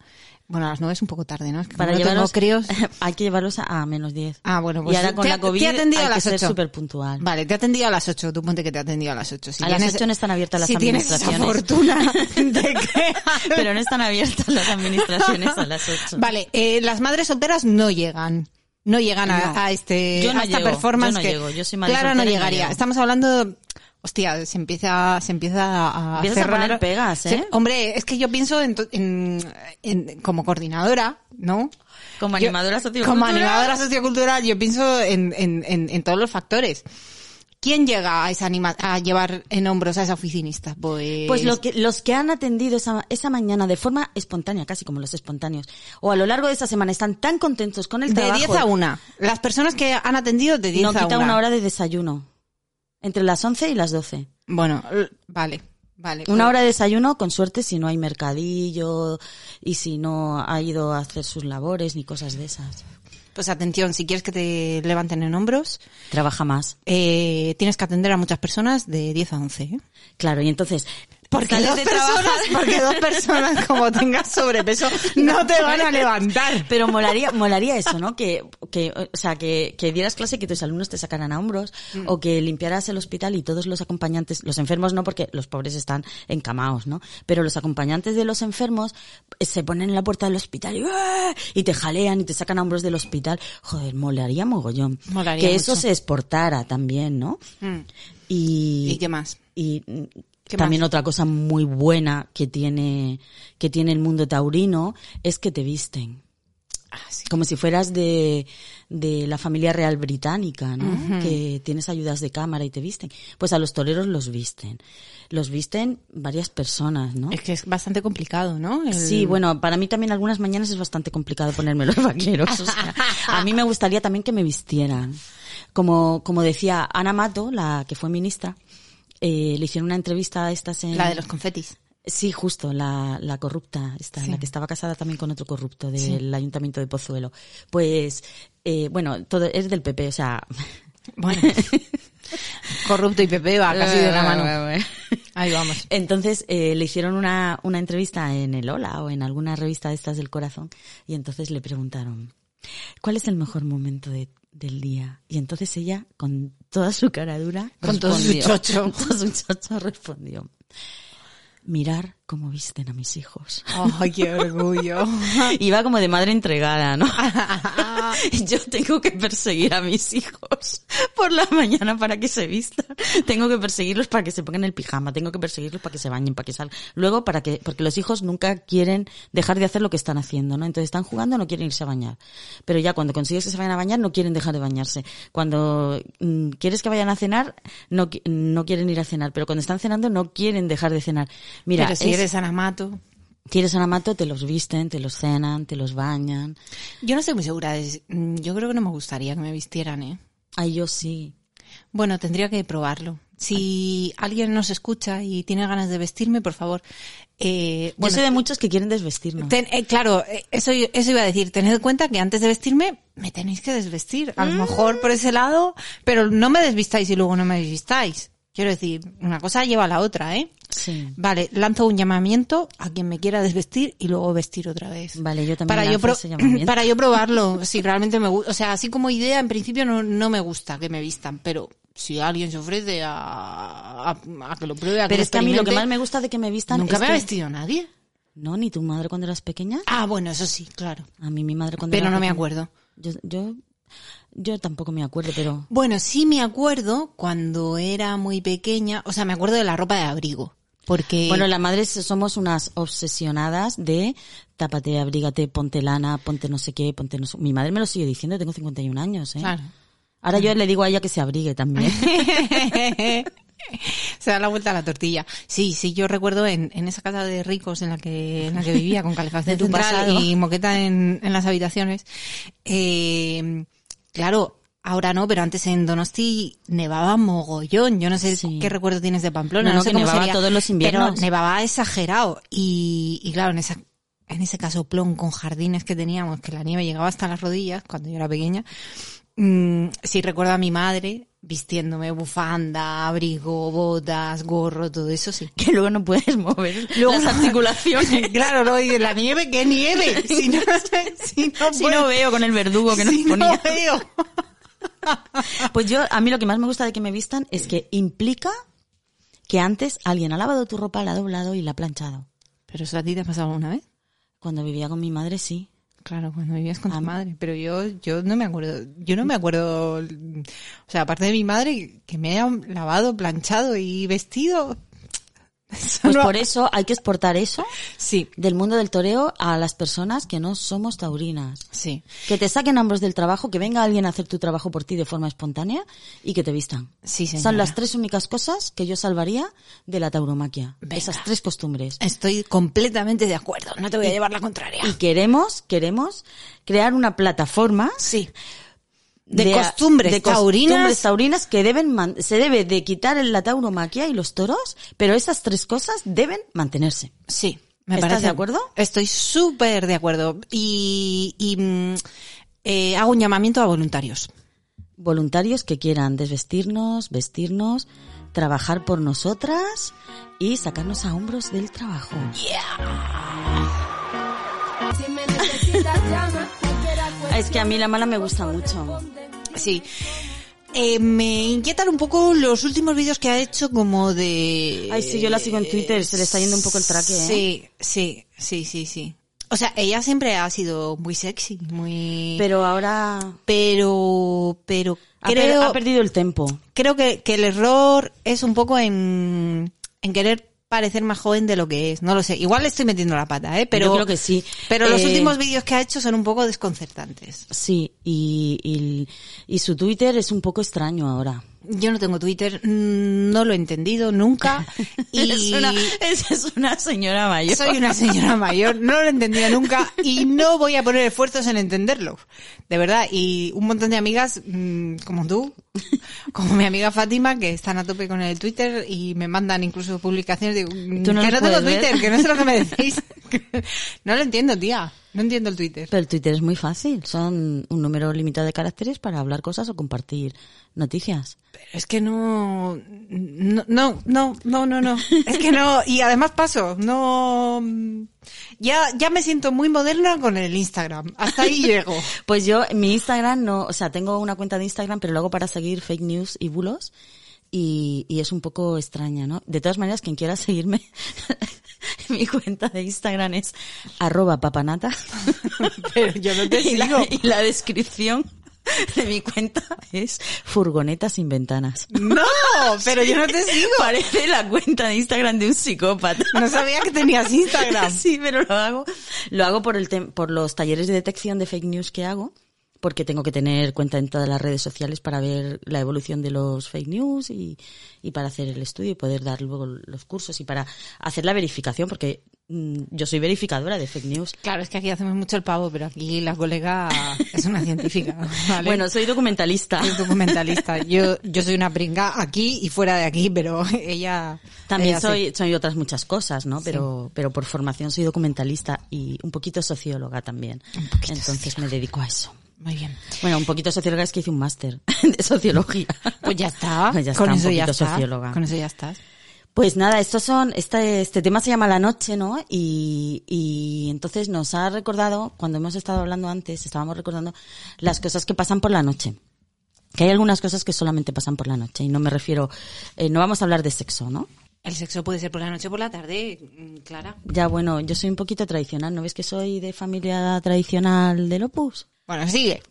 B: Bueno, a las nueve es un poco tarde, ¿no? Es que
A: Para
B: como no tengo
A: llevarlos,
B: críos.
A: hay que llevarlos a, a menos 10.
B: Ah, bueno, pues
A: y ahora con
B: te-
A: la COVID
B: te he atendido
A: hay
B: a las
A: que ser
B: 8.
A: súper puntual.
B: Vale, te ha atendido a las 8. Tú ponte que te ha atendido a las 8. Si
A: A las
B: tienes-
A: 8 no están abiertas las
B: si tienes esa
A: administraciones.
B: fortuna de que...
A: Pero no están abiertas las administraciones a las 8.
B: Vale, eh, las madres solteras no llegan. No llegan
A: No.
B: a, a este,
A: Yo no
B: a esta
A: llego,
B: performance
A: yo no
B: que-
A: llego, yo soy madre
B: Clara no
A: soltera y no
B: llegaría.
A: llego.
B: Estamos hablando... Hostia, se empieza, se empieza a
A: Empiezas a
B: cerrar-
A: poner pegas, ¿eh?
B: Se- hombre, es que yo pienso en, to- en- en- como coordinadora, ¿no?
A: Como
B: Yo-
A: animadora sociocultural.
B: Como animadora sociocultural, yo pienso en, en- en- en todos los factores. ¿Quién llega a, esa anima a llevar en hombros a esa oficinista? Pues,
A: Pues lo que, los que han atendido esa, esa mañana de forma espontánea, casi como los espontáneos, o a lo largo de esa semana están tan contentos con el
B: de
A: trabajo.
B: 10 a 1. Las personas que han atendido de 10
A: No
B: a 1.
A: quita una hora de desayuno. Entre las 11 y las 12.
B: Bueno, l- vale, vale.
A: Una hora de desayuno, con suerte, si no hay mercadillo y si no ha ido a hacer sus labores ni cosas de esas.
B: Pues atención, si quieres que te levanten en hombros,
A: Trabaja más.
B: eh, tienes que atender a muchas personas de 10 a 11. ¿eh?
A: Claro, y entonces.
B: Porque
A: sales
B: dos,
A: de
B: personas,
A: trabajar-
B: porque dos personas como tengas sobrepeso no te van a levantar.
A: Pero molaría, molaría eso, ¿no? Que, que, o sea, que, que dieras clase y que tus alumnos te sacaran a hombros
B: Mm.
A: o que limpiaras el hospital y todos los acompañantes, los enfermos no, porque los pobres están encamados, ¿no? Pero los acompañantes de los enfermos eh, se ponen en la puerta del hospital y, ¡ah! y te jalean y te sacan a hombros del hospital. Joder, molaría mogollón.
B: Molaría
A: que eso
B: mucho.
A: se exportara también, ¿no?
B: Mm.
A: Y,
B: ¿Y qué más?
A: y mm,
B: ¿Qué
A: también
B: más?
A: otra cosa muy buena que tiene, que tiene el mundo taurino es que te visten
B: Ah, sí.
A: como si fueras de, de la familia real británica, ¿no? Que tienes ayudas de cámara y te visten. Pues a los toreros los visten. Los visten varias personas, ¿no?
B: Es que es bastante complicado, ¿no? El-
A: Sí, bueno, para mí también algunas mañanas es bastante complicado ponerme los vaqueros. o sea, a mí me gustaría también que me vistieran. Como, como decía Ana Mato, la que fue ministra, eh, le hicieron una entrevista a estas en...
B: La de los confetis.
A: Sí, justo, la, la corrupta, esta,
B: Sí.
A: la que estaba casada también con otro corrupto del
B: Sí.
A: ayuntamiento de Pozuelo. Pues, eh, bueno, todo es del PP, o sea...
B: Bueno. Corrupto y Pepe va casi de la mano. Ahí vamos.
A: Entonces eh, le hicieron una, una entrevista en el Hola o en alguna revista de estas del corazón y entonces le preguntaron, ¿cuál es el mejor momento de- del día? Y entonces ella, con toda su cara dura,
B: Con todo su
A: respondió-
B: chocho.
A: con todo su chocho respondió, mirar cómo visten a mis hijos.
B: ¡Ay, qué orgullo!
A: Iba como de madre entregada, ¿no? Yo tengo que perseguir a mis hijos por la mañana para que se vistan. Tengo que perseguirlos para que se pongan el pijama. Tengo que perseguirlos para que se bañen, para que salgan. Luego, para que, porque los hijos nunca quieren dejar de hacer lo que están haciendo, ¿no? Entonces están jugando, no quieren irse a bañar. Pero ya cuando consigues que se vayan a bañar, no quieren dejar de bañarse. Cuando mm, quieres que vayan a cenar, no, qui- no quieren ir a cenar. Pero cuando están cenando, no quieren dejar de cenar. Mira,
B: Pero si
A: es-
B: eres anamato.
A: Tienes un amato, te los visten, te los cenan, te los bañan.
B: Yo no estoy muy segura. de si- mm, Yo creo que no me gustaría que me vistieran, ¿eh?
A: Ay, yo sí.
B: Bueno, tendría que probarlo. Si alguien nos escucha y tiene ganas de vestirme, por favor. Eh,
A: Yo
B: bueno,
A: sé de muchos que quieren desvestirnos.
B: ten- eh, claro, eh, eso, eso iba a decir. Tened en cuenta que antes de vestirme me tenéis que desvestir. A lo
A: Mm.
B: mejor por ese lado, pero no me desvistáis y luego no me desvistáis. Quiero decir, una cosa lleva a la otra, ¿eh?
A: Sí.
B: Vale, lanzo un llamamiento a quien me quiera desvestir y luego vestir otra vez.
A: Vale, yo también
B: Para yo,
A: lanzo
B: pro-
A: ese llamamiento.
B: para yo probarlo, si realmente me gusta. O sea, así como idea, en principio no, no me gusta que me vistan, pero si alguien se ofrece a, a, a que lo pruebe, a
A: Pero
B: lo
A: es que a mí lo que más
B: experimente,
A: me gusta de que me vistan
B: Nunca
A: es
B: me ha
A: que-
B: vestido nadie.
A: No, ni tu madre cuando eras pequeña.
B: Ah, bueno, eso sí, claro.
A: A mí mi madre cuando
B: Pero
A: era
B: no me
A: pequeña.
B: acuerdo.
A: Yo, yo, yo tampoco me acuerdo, pero...
B: Bueno, sí me acuerdo cuando era muy pequeña, o sea, me acuerdo de la ropa de abrigo. Porque ¿eh?
A: Bueno, las madres somos unas obsesionadas de tápate, abrígate, ponte lana, ponte no sé qué, ponte no sé... Mi madre me lo sigue diciendo, tengo 51 años, ¿eh?
B: Claro.
A: Ahora yo le digo a ella que se abrigue también.
B: Se da la vuelta a la tortilla. Sí, sí, yo recuerdo en, en esa casa de ricos en la que, en la que vivía, con calefacción
A: De tu
B: central
A: pasado.
B: y moqueta en, en las habitaciones. Eh, claro, ahora no, pero antes en Donosti nevaba mogollón. Yo no sé
A: Sí.
B: qué recuerdo tienes de
A: No,
B: Pamplona. No,
A: no,
B: sé
A: que
B: cómo
A: nevaba
B: sería,
A: todos los inviernos.
B: Pero nevaba exagerado. Y, y claro, en esa... En ese casoplón con jardines que teníamos, que la nieve llegaba hasta las rodillas cuando yo era pequeña, Mm, sí, recuerdo a mi madre vistiéndome bufanda, abrigo, botas, gorro, todo eso, sí.
A: que luego no puedes mover las articulaciones.
B: claro, no, y de la nieve, ¿qué nieve? Si no, si no,
A: Si no veo con el verdugo que nos
B: Ah, si no
A: ponía.
B: veo.
A: Pues yo, a mí lo que más me gusta de que me vistan es que implica que antes alguien ha lavado tu ropa, la ha doblado y la ha planchado.
B: Pero eso a ti te ha pasado alguna vez.
A: Cuando vivía con mi madre, sí.
B: Claro, cuando vivías con
A: A
B: tu
A: mí-
B: madre. Pero yo, yo no me acuerdo, yo no me acuerdo, mm, o sea, aparte de mi madre, que me haya lavado, planchado y vestido, Eso
A: Pues
B: no-
A: por eso hay que exportar eso
B: Sí,
A: del mundo del toreo a las personas que no somos taurinas.
B: sí.
A: Que te saquen ambos del trabajo, que venga alguien a hacer tu trabajo por ti de forma espontánea y que te vistan.
B: Sí, señora.
A: Son las tres únicas cosas que yo salvaría de la tauromaquia.
B: Venga.
A: Esas tres costumbres.
B: Estoy completamente de acuerdo. No te voy a llevar la contraria.
A: Y queremos, queremos crear una plataforma
B: Sí. De costumbres
A: de costumbres
B: taurinas.
A: taurinas que deben man- se debe de quitar el- la tauromaquia y los toros, pero esas tres cosas deben mantenerse.
B: Sí, me
A: ¿Estás
B: parece.
A: de acuerdo?
B: Estoy súper de acuerdo. Y, y, mm, eh, hago un llamamiento a voluntarios.
A: Voluntarios que quieran desvestirnos, vestirnos, trabajar por nosotras y sacarnos a hombros del trabajo.
D: Si me necesitas, llama.
A: Es que a mí la mala me gusta mucho.
B: Sí. Eh, me inquietan un poco los últimos vídeos que ha hecho como de...
A: Ay, sí, yo la sigo en Twitter, se le está yendo un poco el traque, ¿eh?
B: Sí, sí, sí, sí, sí. O sea, ella siempre ha sido muy sexy, muy...
A: Pero ahora
B: pero, pero
A: ha, per-
B: creo,
A: ha perdido el tiempo.
B: creo que, que el error es un poco en, en querer parecer más joven de lo que es. No lo sé. Igual le estoy metiendo la pata, ¿eh? Pero,
A: Yo creo que sí.
B: Pero los
A: Eh,
B: últimos vídeos que ha hecho son un poco desconcertantes.
A: Sí, y, y, y su Twitter es un poco extraño ahora.
B: Yo no tengo Twitter, mm, no lo he entendido nunca. Y
A: Es, una, es, es una señora mayor.
B: soy una señora mayor, no lo he entendido nunca y no voy a poner esfuerzos en entenderlo. De verdad. Y un montón de amigas, mm, como tú, como mi amiga Fátima, que están a tope con el Twitter y me mandan incluso publicaciones. Digo, mm,
A: Tú no
B: que
A: lo
B: no tengo
A: puedes ver.
B: Twitter, que no sé lo que me decís. no lo entiendo, tía. No entiendo el Twitter.
A: Pero el Twitter es muy fácil. Son un número limitado de caracteres para hablar cosas o compartir noticias.
B: Es que no, no, no, no, no, no, no. Es que no, y además paso, no, ya, ya me siento muy moderna con el Instagram. Hasta ahí llego.
A: Pues yo, mi Instagram no, o sea, tengo una cuenta de Instagram, pero lo hago para seguir fake news y bulos. Y, y es un poco extraña, ¿no? De todas maneras, quien quiera seguirme, mi cuenta de Instagram es arroba papanata.
B: Pero yo no te
A: y, la,
B: sigo.
A: y la descripción de mi cuenta es furgoneta sin ventanas.
B: No, pero yo no te sigo.
A: Parece la cuenta de Instagram de un psicópata.
B: No sabía que tenías Instagram.
A: Sí, pero lo hago, lo hago por el tem- por los talleres de detección de fake news que hago, porque tengo que tener cuenta en todas las redes sociales para ver la evolución de los fake news y, y para hacer el estudio y poder dar luego los cursos y para hacer la verificación, porque mm, yo soy verificadora de fake news.
B: Claro, es que aquí hacemos mucho el pavo, pero aquí la colega es una científica. ¿vale?
A: Bueno, soy documentalista.
B: es documentalista. Yo, yo soy una pringa aquí y fuera de aquí, pero ella
A: También
B: ella sí.
A: soy, soy otras muchas cosas, ¿no? Pero, pero por formación soy documentalista y un poquito socióloga también. Entonces me dedico a eso.
B: Muy bien.
A: Bueno, un poquito socióloga es que hice un máster de sociología.
B: Pues ya está.
A: Pues ya está,
B: Con
A: un
B: eso ya
A: poquito
B: está.
A: socióloga.
B: Con eso ya estás.
A: Pues nada, estos son, este, este tema se llama La Noche, ¿no? Y, y entonces nos ha recordado, cuando hemos estado hablando antes, estábamos recordando las cosas que pasan por la noche. Que hay algunas cosas que solamente pasan por la noche y no me refiero, eh, no vamos a hablar de sexo, ¿no?
B: El sexo puede ser por la noche o por la tarde, mm, Clara.
A: Ya bueno, yo soy un poquito tradicional, ¿no ves que soy de familia tradicional del Opus?
B: Bueno, sigue.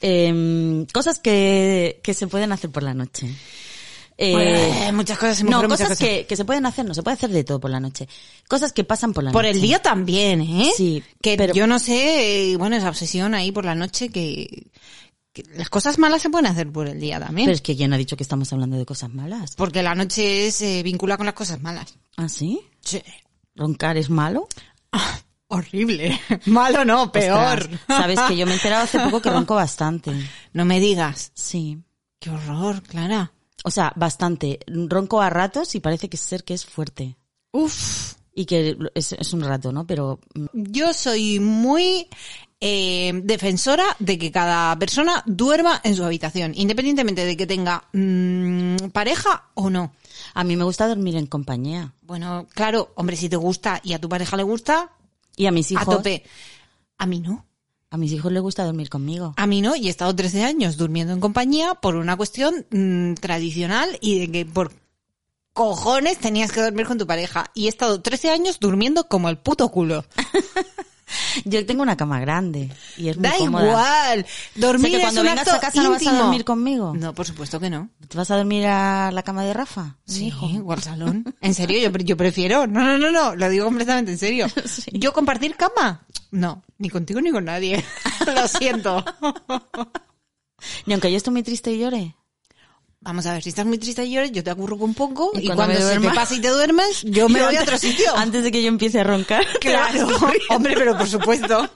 A: Em, cosas que, que se pueden hacer por la noche. Eh,
B: Eh, muchas cosas se me
A: no,
B: ocurren
A: cosas,
B: muchas cosas.
A: Que, que se pueden hacer, no se puede hacer de todo por la noche. Cosas que pasan por la
B: Por
A: noche.
B: el día también, ¿eh?
A: Sí,
B: Que
A: pero-
B: yo no sé, eh, bueno, esa obsesión ahí por la noche que, que las cosas malas se pueden hacer por el día también.
A: Pero es que ¿quién ha dicho que estamos hablando de cosas malas?
B: Porque la noche se vincula con las cosas malas.
A: ¿Ah, sí?
B: Sí.
A: ¿Roncar es malo?
B: Horrible. Malo no, peor.
A: Ostras, Sabes que yo me he enterado hace poco que ronco bastante.
B: No me digas.
A: Sí.
B: Qué horror, Clara.
A: O sea, bastante. Ronco a ratos y parece que ser que es fuerte.
B: Uf.
A: Y que es, es un rato, ¿no? Pero mm,
B: Yo soy muy eh, defensora de que cada persona duerma en su habitación, independientemente de que tenga mm, pareja o no.
A: a mí me gusta dormir en compañía.
B: Bueno, claro, hombre, si te gusta y a tu pareja le gusta,
A: Y a mis hijos.
B: a tope. A mí no.
A: A mis hijos les gusta dormir conmigo.
B: A mí no, y he estado 13 años durmiendo en compañía por una cuestión mm, tradicional y de que por cojones tenías que dormir con tu pareja. Y he estado 13 años durmiendo como el puto culo.
A: Yo tengo una cama grande y es muy
B: Da
A: cómoda.
B: igual. Dormir
A: O sea, que
B: es
A: cuando
B: un
A: vengas
B: acto
A: a casa no vas a
B: íntimo.
A: dormir conmigo.
B: No, por supuesto que no.
A: ¿Te vas a dormir a la cama de Rafa? mi
B: Sí,
A: hijo?
B: o al salón. En serio, yo, pre- yo prefiero. No, no, no, no. Lo digo completamente en serio. Yo compartir cama. No, ni contigo ni con nadie. Lo siento.
A: Ni aunque yo esté muy triste y llore.
B: Vamos a ver, si estás muy triste y llores, yo te acurruco un poco
A: Y
B: y,
A: cuando
B: cuando,
A: me
B: se te
A: duerma-
B: pasa y te duermes, yo me voy a otro sitio.
A: Antes de que yo empiece a roncar. te
B: Claro,
A: vas corriendo.
B: hombre, pero por supuesto.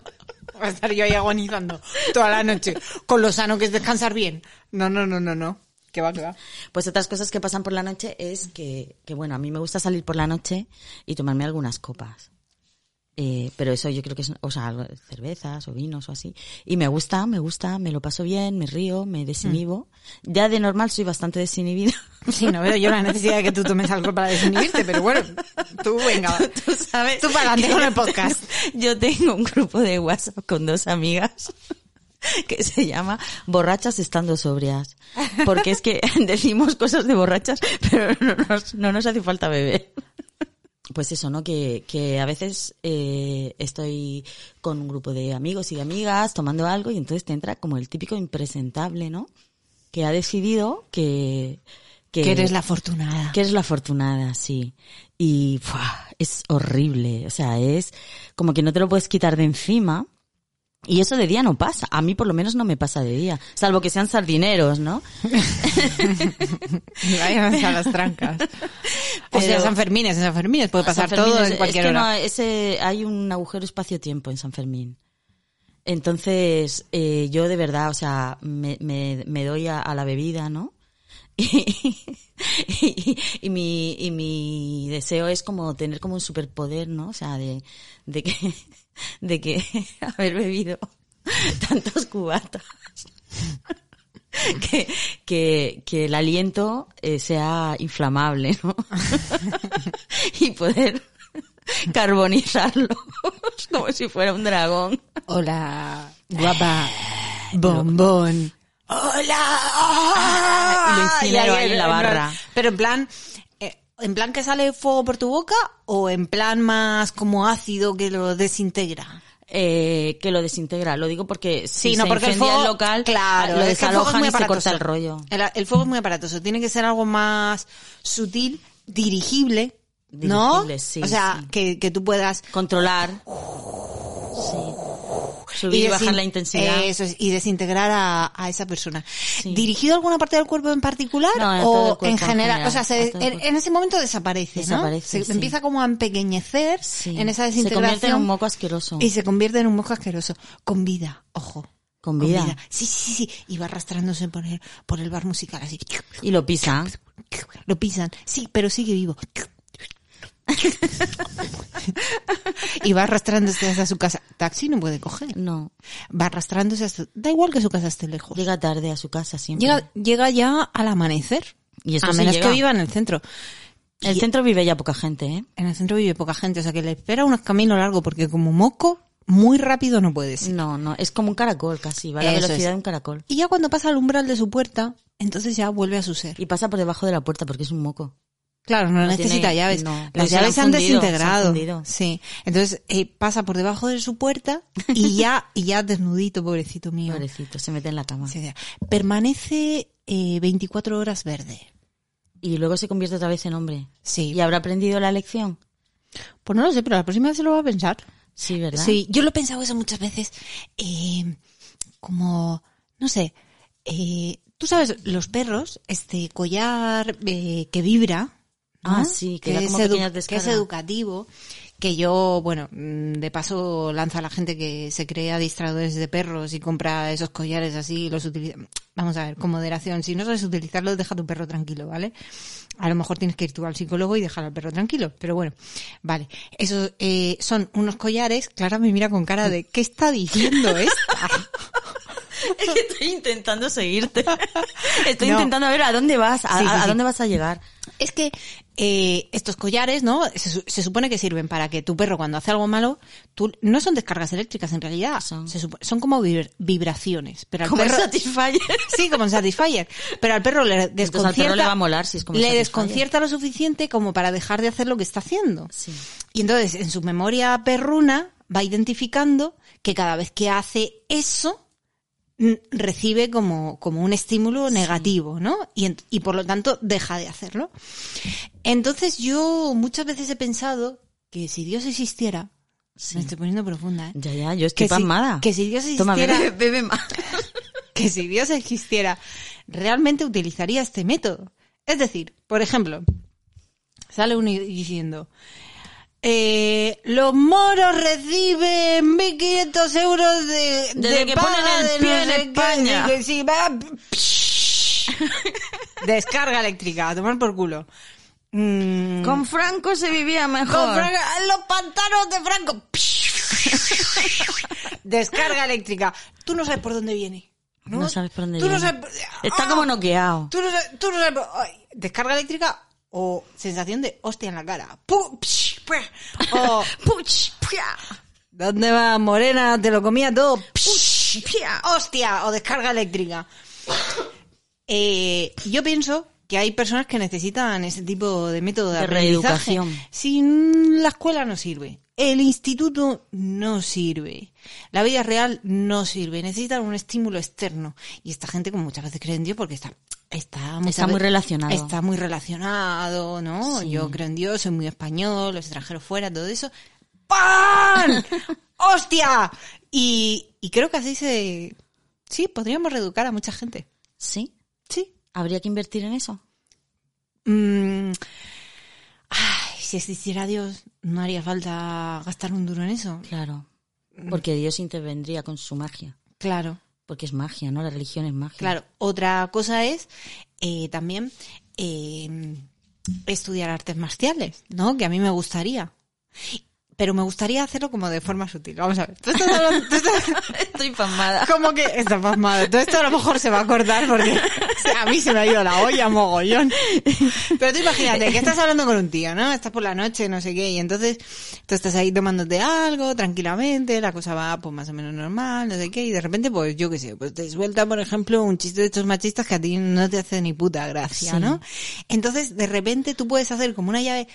B: Voy a estar yo ahí agonizando toda la noche. Con lo sano que es descansar bien. No, no, no, no, no. Que va, que va.
A: Pues otras cosas que pasan por la noche es que, que, bueno, a mí me gusta salir por la noche y tomarme algunas copas. Eh, pero eso yo creo que es, o sea, algo- cervezas o vinos o así. Y me gusta, me gusta, me lo paso bien, me río, me desinhibo.
B: Mm.
A: Ya de normal soy bastante desinhibida.
B: Sí, no veo yo la necesidad de que tú tomes algo para desinhibirte, pero bueno, tú venga. va.
A: Tú sabes.
B: Tú para adelante con el podcast.
A: Yo tengo un grupo de WhatsApp con dos amigas que se llama Borrachas estando sobrias. Porque es que decimos cosas de borrachas, pero no nos, no nos hace falta beber. Pues eso, ¿no? Que, que a veces eh, estoy con un grupo de amigos y de amigas tomando algo y entonces te entra como el típico impresentable, ¿no? Que ha decidido que...
B: Que eres la afortunada.
A: Que eres la afortunada, sí. Y ¡fua! es horrible. O sea, es como que no te lo puedes quitar de encima. Y eso de día no pasa. A mí por lo menos no me pasa de día. Salvo que sean sardineros, ¿no?
B: Vayan a las trancas. O sea,
A: Pero-
B: San Fermín, en San Fermín puede pasar
A: San Fermín
B: todo
A: es-
B: en cualquier
A: es que
B: hora.
A: no, ese, hay un agujero espacio-tiempo en San Fermín. Entonces, eh, yo de verdad, o sea, me, me, me doy a, a la bebida, ¿no? Y, y- y mi, y mi deseo es como tener como un superpoder, ¿no? O sea, de, de que, de que haber bebido tantos cubatas que, que, que el aliento eh, sea inflamable, ¿no? y poder carbonizarlo como si fuera un dragón.
B: Hola, guapa, bombón. Ah, Hola.
A: Y lo incinero ahí en la
B: plan-
A: barra.
B: Pero en plan, eh, en plan que sale fuego por tu boca o en plan más como ácido que lo desintegra.
A: Eh, que lo desintegra, lo digo porque si
B: Sí, no
A: se
B: porque el
A: incendia
B: fuego,
A: el local,
B: claro,
A: lo
B: es que el fuego es
A: desalojan
B: muy
A: y se
B: aparatoso.
A: corta el rollo.
B: El, el fuego es muy aparatoso. Tiene que ser algo más sutil, dirigible, ¿no?
A: Dirigible, sí,
B: o sea,
A: sí.
B: que, que tú puedas
A: Controlar. Sí. Subir y,
B: desin-
A: bajar la intensidad.
B: Eso es, y desintegrar a, a esa persona.
A: Sí.
B: ¿Dirigido a alguna parte del cuerpo en particular
A: No, a
B: o
A: todo el cuerpo
B: en
A: en
B: general?
A: general,
B: o sea, se-
A: a todo el
B: en,
A: cuerpo.
B: en ese momento desaparece, ¿no?
A: Desaparece,
B: Se
A: sí.
B: empieza como a empequeñecer
A: Sí.
B: en esa
A: se
B: desintegración.
A: convierte en un moco asqueroso.
B: Y se convierte en un moco asqueroso. Con vida, ojo.
A: Con vida.
B: Sí, sí, sí. sí. Y va arrastrándose por el, por el bar musical así.
A: Y lo pisa.
B: Lo pisan. Sí, pero sigue vivo. y va arrastrándose hasta su casa. Taxi no puede coger
A: No.
B: va arrastrándose hasta... Da igual que su casa esté lejos. Llega,
A: Llega tarde a su casa siempre.
B: llega, ya al amanecer.
A: Y eso
B: a
A: Ah, sí
B: menos
A: llega.
B: que viva en el centro.
A: el
B: Y-
A: centro vive ya poca gente, ¿eh?
B: En el centro vive poca gente, o sea que le espera un camino largo porque como moco, muy rápido no puede ser.
A: No, no. Es como un caracol casi. Va a la
B: Eso
A: velocidad
B: es.
A: de un caracol.
B: Y ya cuando pasa al umbral de su puerta, entonces ya vuelve a su ser.
A: Y pasa por debajo de la puerta porque es un moco.
B: Claro, no,
A: No
B: necesita
A: tiene-
B: llaves.
A: no,
B: Las
A: porque se la
B: llaves
A: han
B: se han
A: fundido, se han
B: desintegrado.
A: fundido.
B: sí. Entonces eh, pasa por debajo de su puerta y ya, y ya desnudito, pobrecito mío.
A: Pobrecito, se mete en la cama.
B: Sí, ya. Permanece eh, 24 horas verde.
A: Y luego se convierte otra vez en hombre.
B: Sí.
A: ¿Y habrá aprendido la lección?
B: Pues no lo sé, pero la próxima vez se lo va a pensar.
A: Sí, ¿verdad?
B: Sí, yo lo he pensado eso muchas veces. eh, como, no sé, eh, tú sabes, los perros, este collar eh, que vibra. ¿no?
A: Ah, sí, que da como
B: edu-
A: pequeñas
B: que es
A: descargas.
B: educativo, que yo, bueno, mm, de paso lanza a la gente que se crea distraedores de perros y compra esos collares así y los utiliza. Vamos a ver, con moderación. Si no sabes utilizarlos, deja a tu perro tranquilo, ¿vale? A lo mejor tienes que ir tú al psicólogo y dejar al perro tranquilo, pero bueno, vale. Esos eh, son unos collares. Clara me mira con cara de, ¿qué está diciendo esta?
A: Es que estoy intentando seguirte. Estoy
B: No.
A: intentando ver a dónde vas, a,
B: Sí, sí,
A: a- a
B: sí.
A: dónde vas a llegar.
B: Es que eh, estos collares, ¿no? Se, su- se supone que sirven para que tu perro cuando hace algo malo, tú no son descargas eléctricas en realidad,
A: Son.
B: se supo- son como vibr- vibraciones, pero al
A: Como
B: perro
A: Satisfyer.
B: sí, como en Satisfyer, pero al perro le
A: Entonces
B: desconcierta,
A: al perro le va a molar si es como
B: le
A: Satisfyer.
B: desconcierta lo suficiente como para dejar de hacer lo que está haciendo.
A: Sí.
B: Y entonces en su memoria perruna va identificando que cada vez que hace eso, n- recibe como, como un estímulo negativo, ¿no? Y, en- y por lo tanto deja de hacerlo. Entonces yo muchas veces he pensado que si Dios existiera, me estoy poniendo profunda, ¿eh?
A: Ya, ya, yo estoy
B: Que si,
A: pasmada.
B: que si Dios
A: Toma,
B: existiera,
A: bebe, bebe más.
B: que si Dios existiera, realmente utilizaría este método. Es decir, por ejemplo, sale uno y- diciendo, eh, los moros reciben 1.500 euros de,
A: Desde
B: de
A: que
B: paga
A: ponen el
B: de
A: pie en
B: sé qué,
A: España.
B: de que si va- Descarga eléctrica, a tomar por culo. Mm,
A: Con Franco se vivía mejor.
B: con Franco- los pantanos de Franco. Descarga eléctrica. Tú no sabes por dónde viene. No,
A: No sabes por dónde
B: Tú no
A: viene.
B: sabes-
A: Está
B: ¡Ah!
A: como noqueado.
B: Tú no sabes, tú no sabes por- ay, Descarga eléctrica o sensación de hostia en la cara. Pu- psh, pua.
A: Oh.
B: O
A: Puch, pia,
B: ¿dónde va Morena? Te lo comía todo.
A: puch, pia.
B: Hostia o descarga eléctrica. Eh, yo pienso que hay personas que necesitan ese tipo de método de,
A: De
B: aprendizaje.
A: reeducación.
B: Si n- la escuela no sirve, el instituto no sirve, la vida real no sirve, necesitan un estímulo externo. Y esta gente, como muchas veces cree en Dios, porque está, está, muchas
A: Está muy
B: ve-
A: relacionado.
B: Está muy relacionado, ¿no?
A: Sí.
B: Yo creo en Dios, soy muy español, los extranjeros fuera, todo eso. ¡Pan! ¡Hostia! Y, y creo que así se... Sí, podríamos reeducar a mucha gente.
A: Sí,
B: Sí.
A: habría que invertir en eso.
B: Mm. Ay, si existiera Dios, no haría falta gastar un duro en eso.
A: Claro. Porque Dios intervendría con su magia.
B: Claro.
A: Porque es magia, ¿no? La religión es magia.
B: Claro, otra cosa es eh, también eh, estudiar artes marciales, ¿no? Que a mí me gustaría. Pero me gustaría hacerlo como de forma sutil. Vamos a ver. Tú estás hablando- tú estás-
A: Estoy pasmada.
B: como que estás pasmado. Todo esto a lo mejor se va a acordar porque o sea, a mí se me ha ido la olla mogollón. Pero tú imagínate que estás hablando con un tío, ¿no? Estás por la noche, no sé qué, y entonces tú estás ahí tomándote algo tranquilamente, la cosa va pues más o menos normal, no sé qué, y de repente pues yo qué sé, pues te suelta por ejemplo un chiste de estos machistas que a ti no te hace ni puta gracia,
A: Sí.
B: ¿no? Entonces de repente tú puedes hacer como una llave,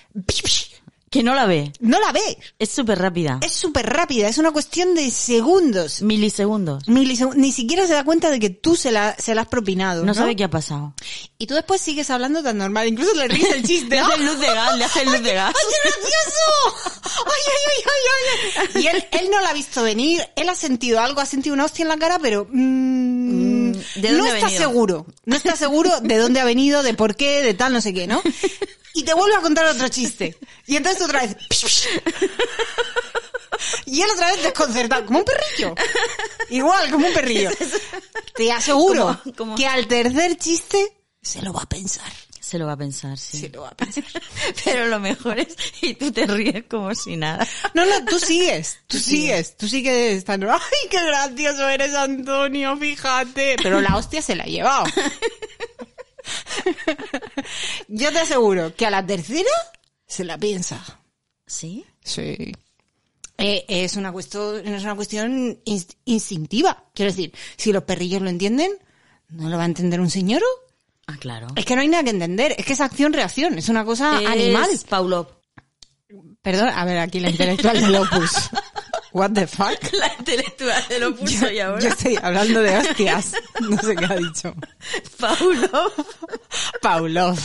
A: Que no la ve.
B: no la ves,
A: Es súper rápida.
B: es súper rápida, es una cuestión de segundos
A: Milisegundos.
B: milisegun- ni siquiera se da cuenta de que tú se la, se la has propinado.
A: No,
B: No,
A: sabe qué ha pasado.
B: Y tú después sigues hablando tan normal, incluso le ríes el chiste.
A: Le
B: ¡Ah!
A: hacen luz de gas, le hacen luz de gas.
B: ¡Ay, qué gracioso! ¡Ay, ay, ay, ay, ay! Y él, él no la ha visto venir, él ha sentido algo, ha sentido una hostia en la cara, pero mm,
A: Mm, ¿de
B: no
A: dónde ha
B: está
A: venido?
B: seguro. No está seguro de dónde ha venido, de por qué, de tal, no sé qué, ¿no? Y te vuelve a contar otro chiste. Y entonces tú otra vez... Y él otra vez desconcertado, como un perrillo. Igual, como un perrillo. Te aseguro
A: Como- como-
B: que al tercer chiste se lo va a pensar.
A: Se lo va a pensar, sí.
B: Se lo va a pensar.
A: Pero lo mejor es y tú te ríes como si nada.
B: No, no, tú sigues, tú sigues, tú sigues estando. ¡Ay, qué gracioso eres, Antonio! Fíjate. Pero la hostia se la ha llevado. Yo te aseguro que a la tercera se la piensa.
A: ¿Sí?
B: Sí. es, una cuestión, es una cuestión ins- instintiva. Quiero decir, si los perrillos lo entienden, ¿no lo va a entender un señor?
A: Ah, claro.
B: Es que no hay nada que entender. Es que es acción-reacción. Es una cosa animal.
A: Es Pavlov.
B: Perdón, a ver, aquí la intelectual de Lopus. What the fuck?
A: La intelectual de lo puso y
B: Yo
A: ahora.
B: estoy hablando de hostias. No sé qué ha dicho.
A: Pavlov.
B: Paulov.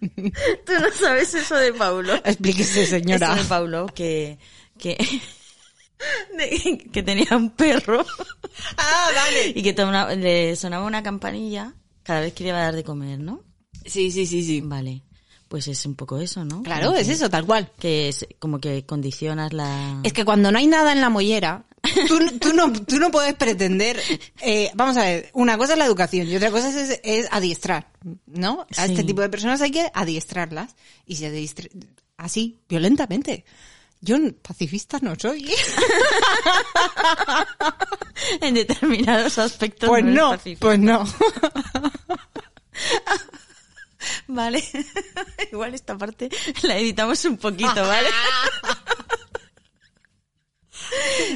A: Tú no sabes eso de Pavlov.
B: Explíquese, señora.
A: Eso de Pavlov que... que... de- que tenía un perro
B: Ah, vale.
A: y que toma- le sonaba una campanilla cada vez que le iba a dar de comer, ¿no?
B: Sí, sí, sí, sí.
A: Vale, pues es un poco eso, ¿no?
B: Claro, es eso, tal cual.
A: Que es como que condicionas la...
B: Es que cuando no hay nada en la mollera, tú, no- tú no, tú no puedes pretender... eh, vamos a ver, una cosa es la educación y otra cosa es, es adiestrar, ¿no? A este
A: Sí.
B: tipo de personas hay que adiestrarlas y se adiestre así, violentamente. Yo pacifista no soy.
A: En determinados aspectos.
B: Pues
A: es
B: no,
A: pacífico.
B: pues no.
A: Vale. Igual esta parte la editamos un poquito, ¿vale?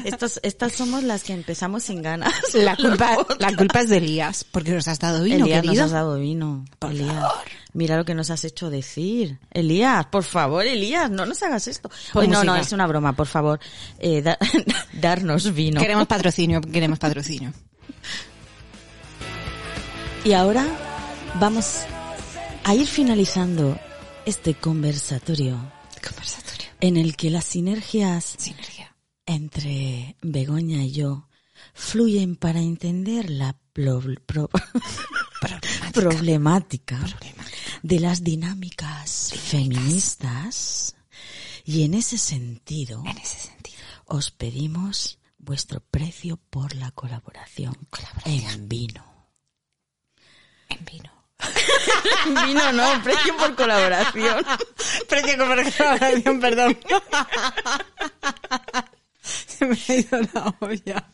A: Estas, estas somos las que empezamos sin ganas.
B: La culpa, la culpa es de Elías, porque nos has dado vino,
A: Elías, nos
B: querido.
A: has dado vino.
B: Por
A: Elías,
B: favor.
A: mira lo que nos has hecho decir. Elías, por favor, Elías, no nos hagas esto.
B: Pon
A: Oye, no, no,
B: música.
A: es una broma, por favor. Eh, da- darnos vino.
B: Queremos patrocinio, queremos patrocinio.
A: Y ahora vamos a ir finalizando este conversatorio
B: Conversatorio.
A: en el que las sinergias
B: Sinergia.
A: entre Begoña y yo fluyen para entender la plo- pro- problemática, de las dinámicas feministas. Y en ese sentido,
B: En ese sentido.
A: os pedimos vuestro precio por la colaboración, en vino.
B: En vino.
A: En vino no, precio por colaboración.
B: Precio de colaboración, perdón. Se me ha ido la olla.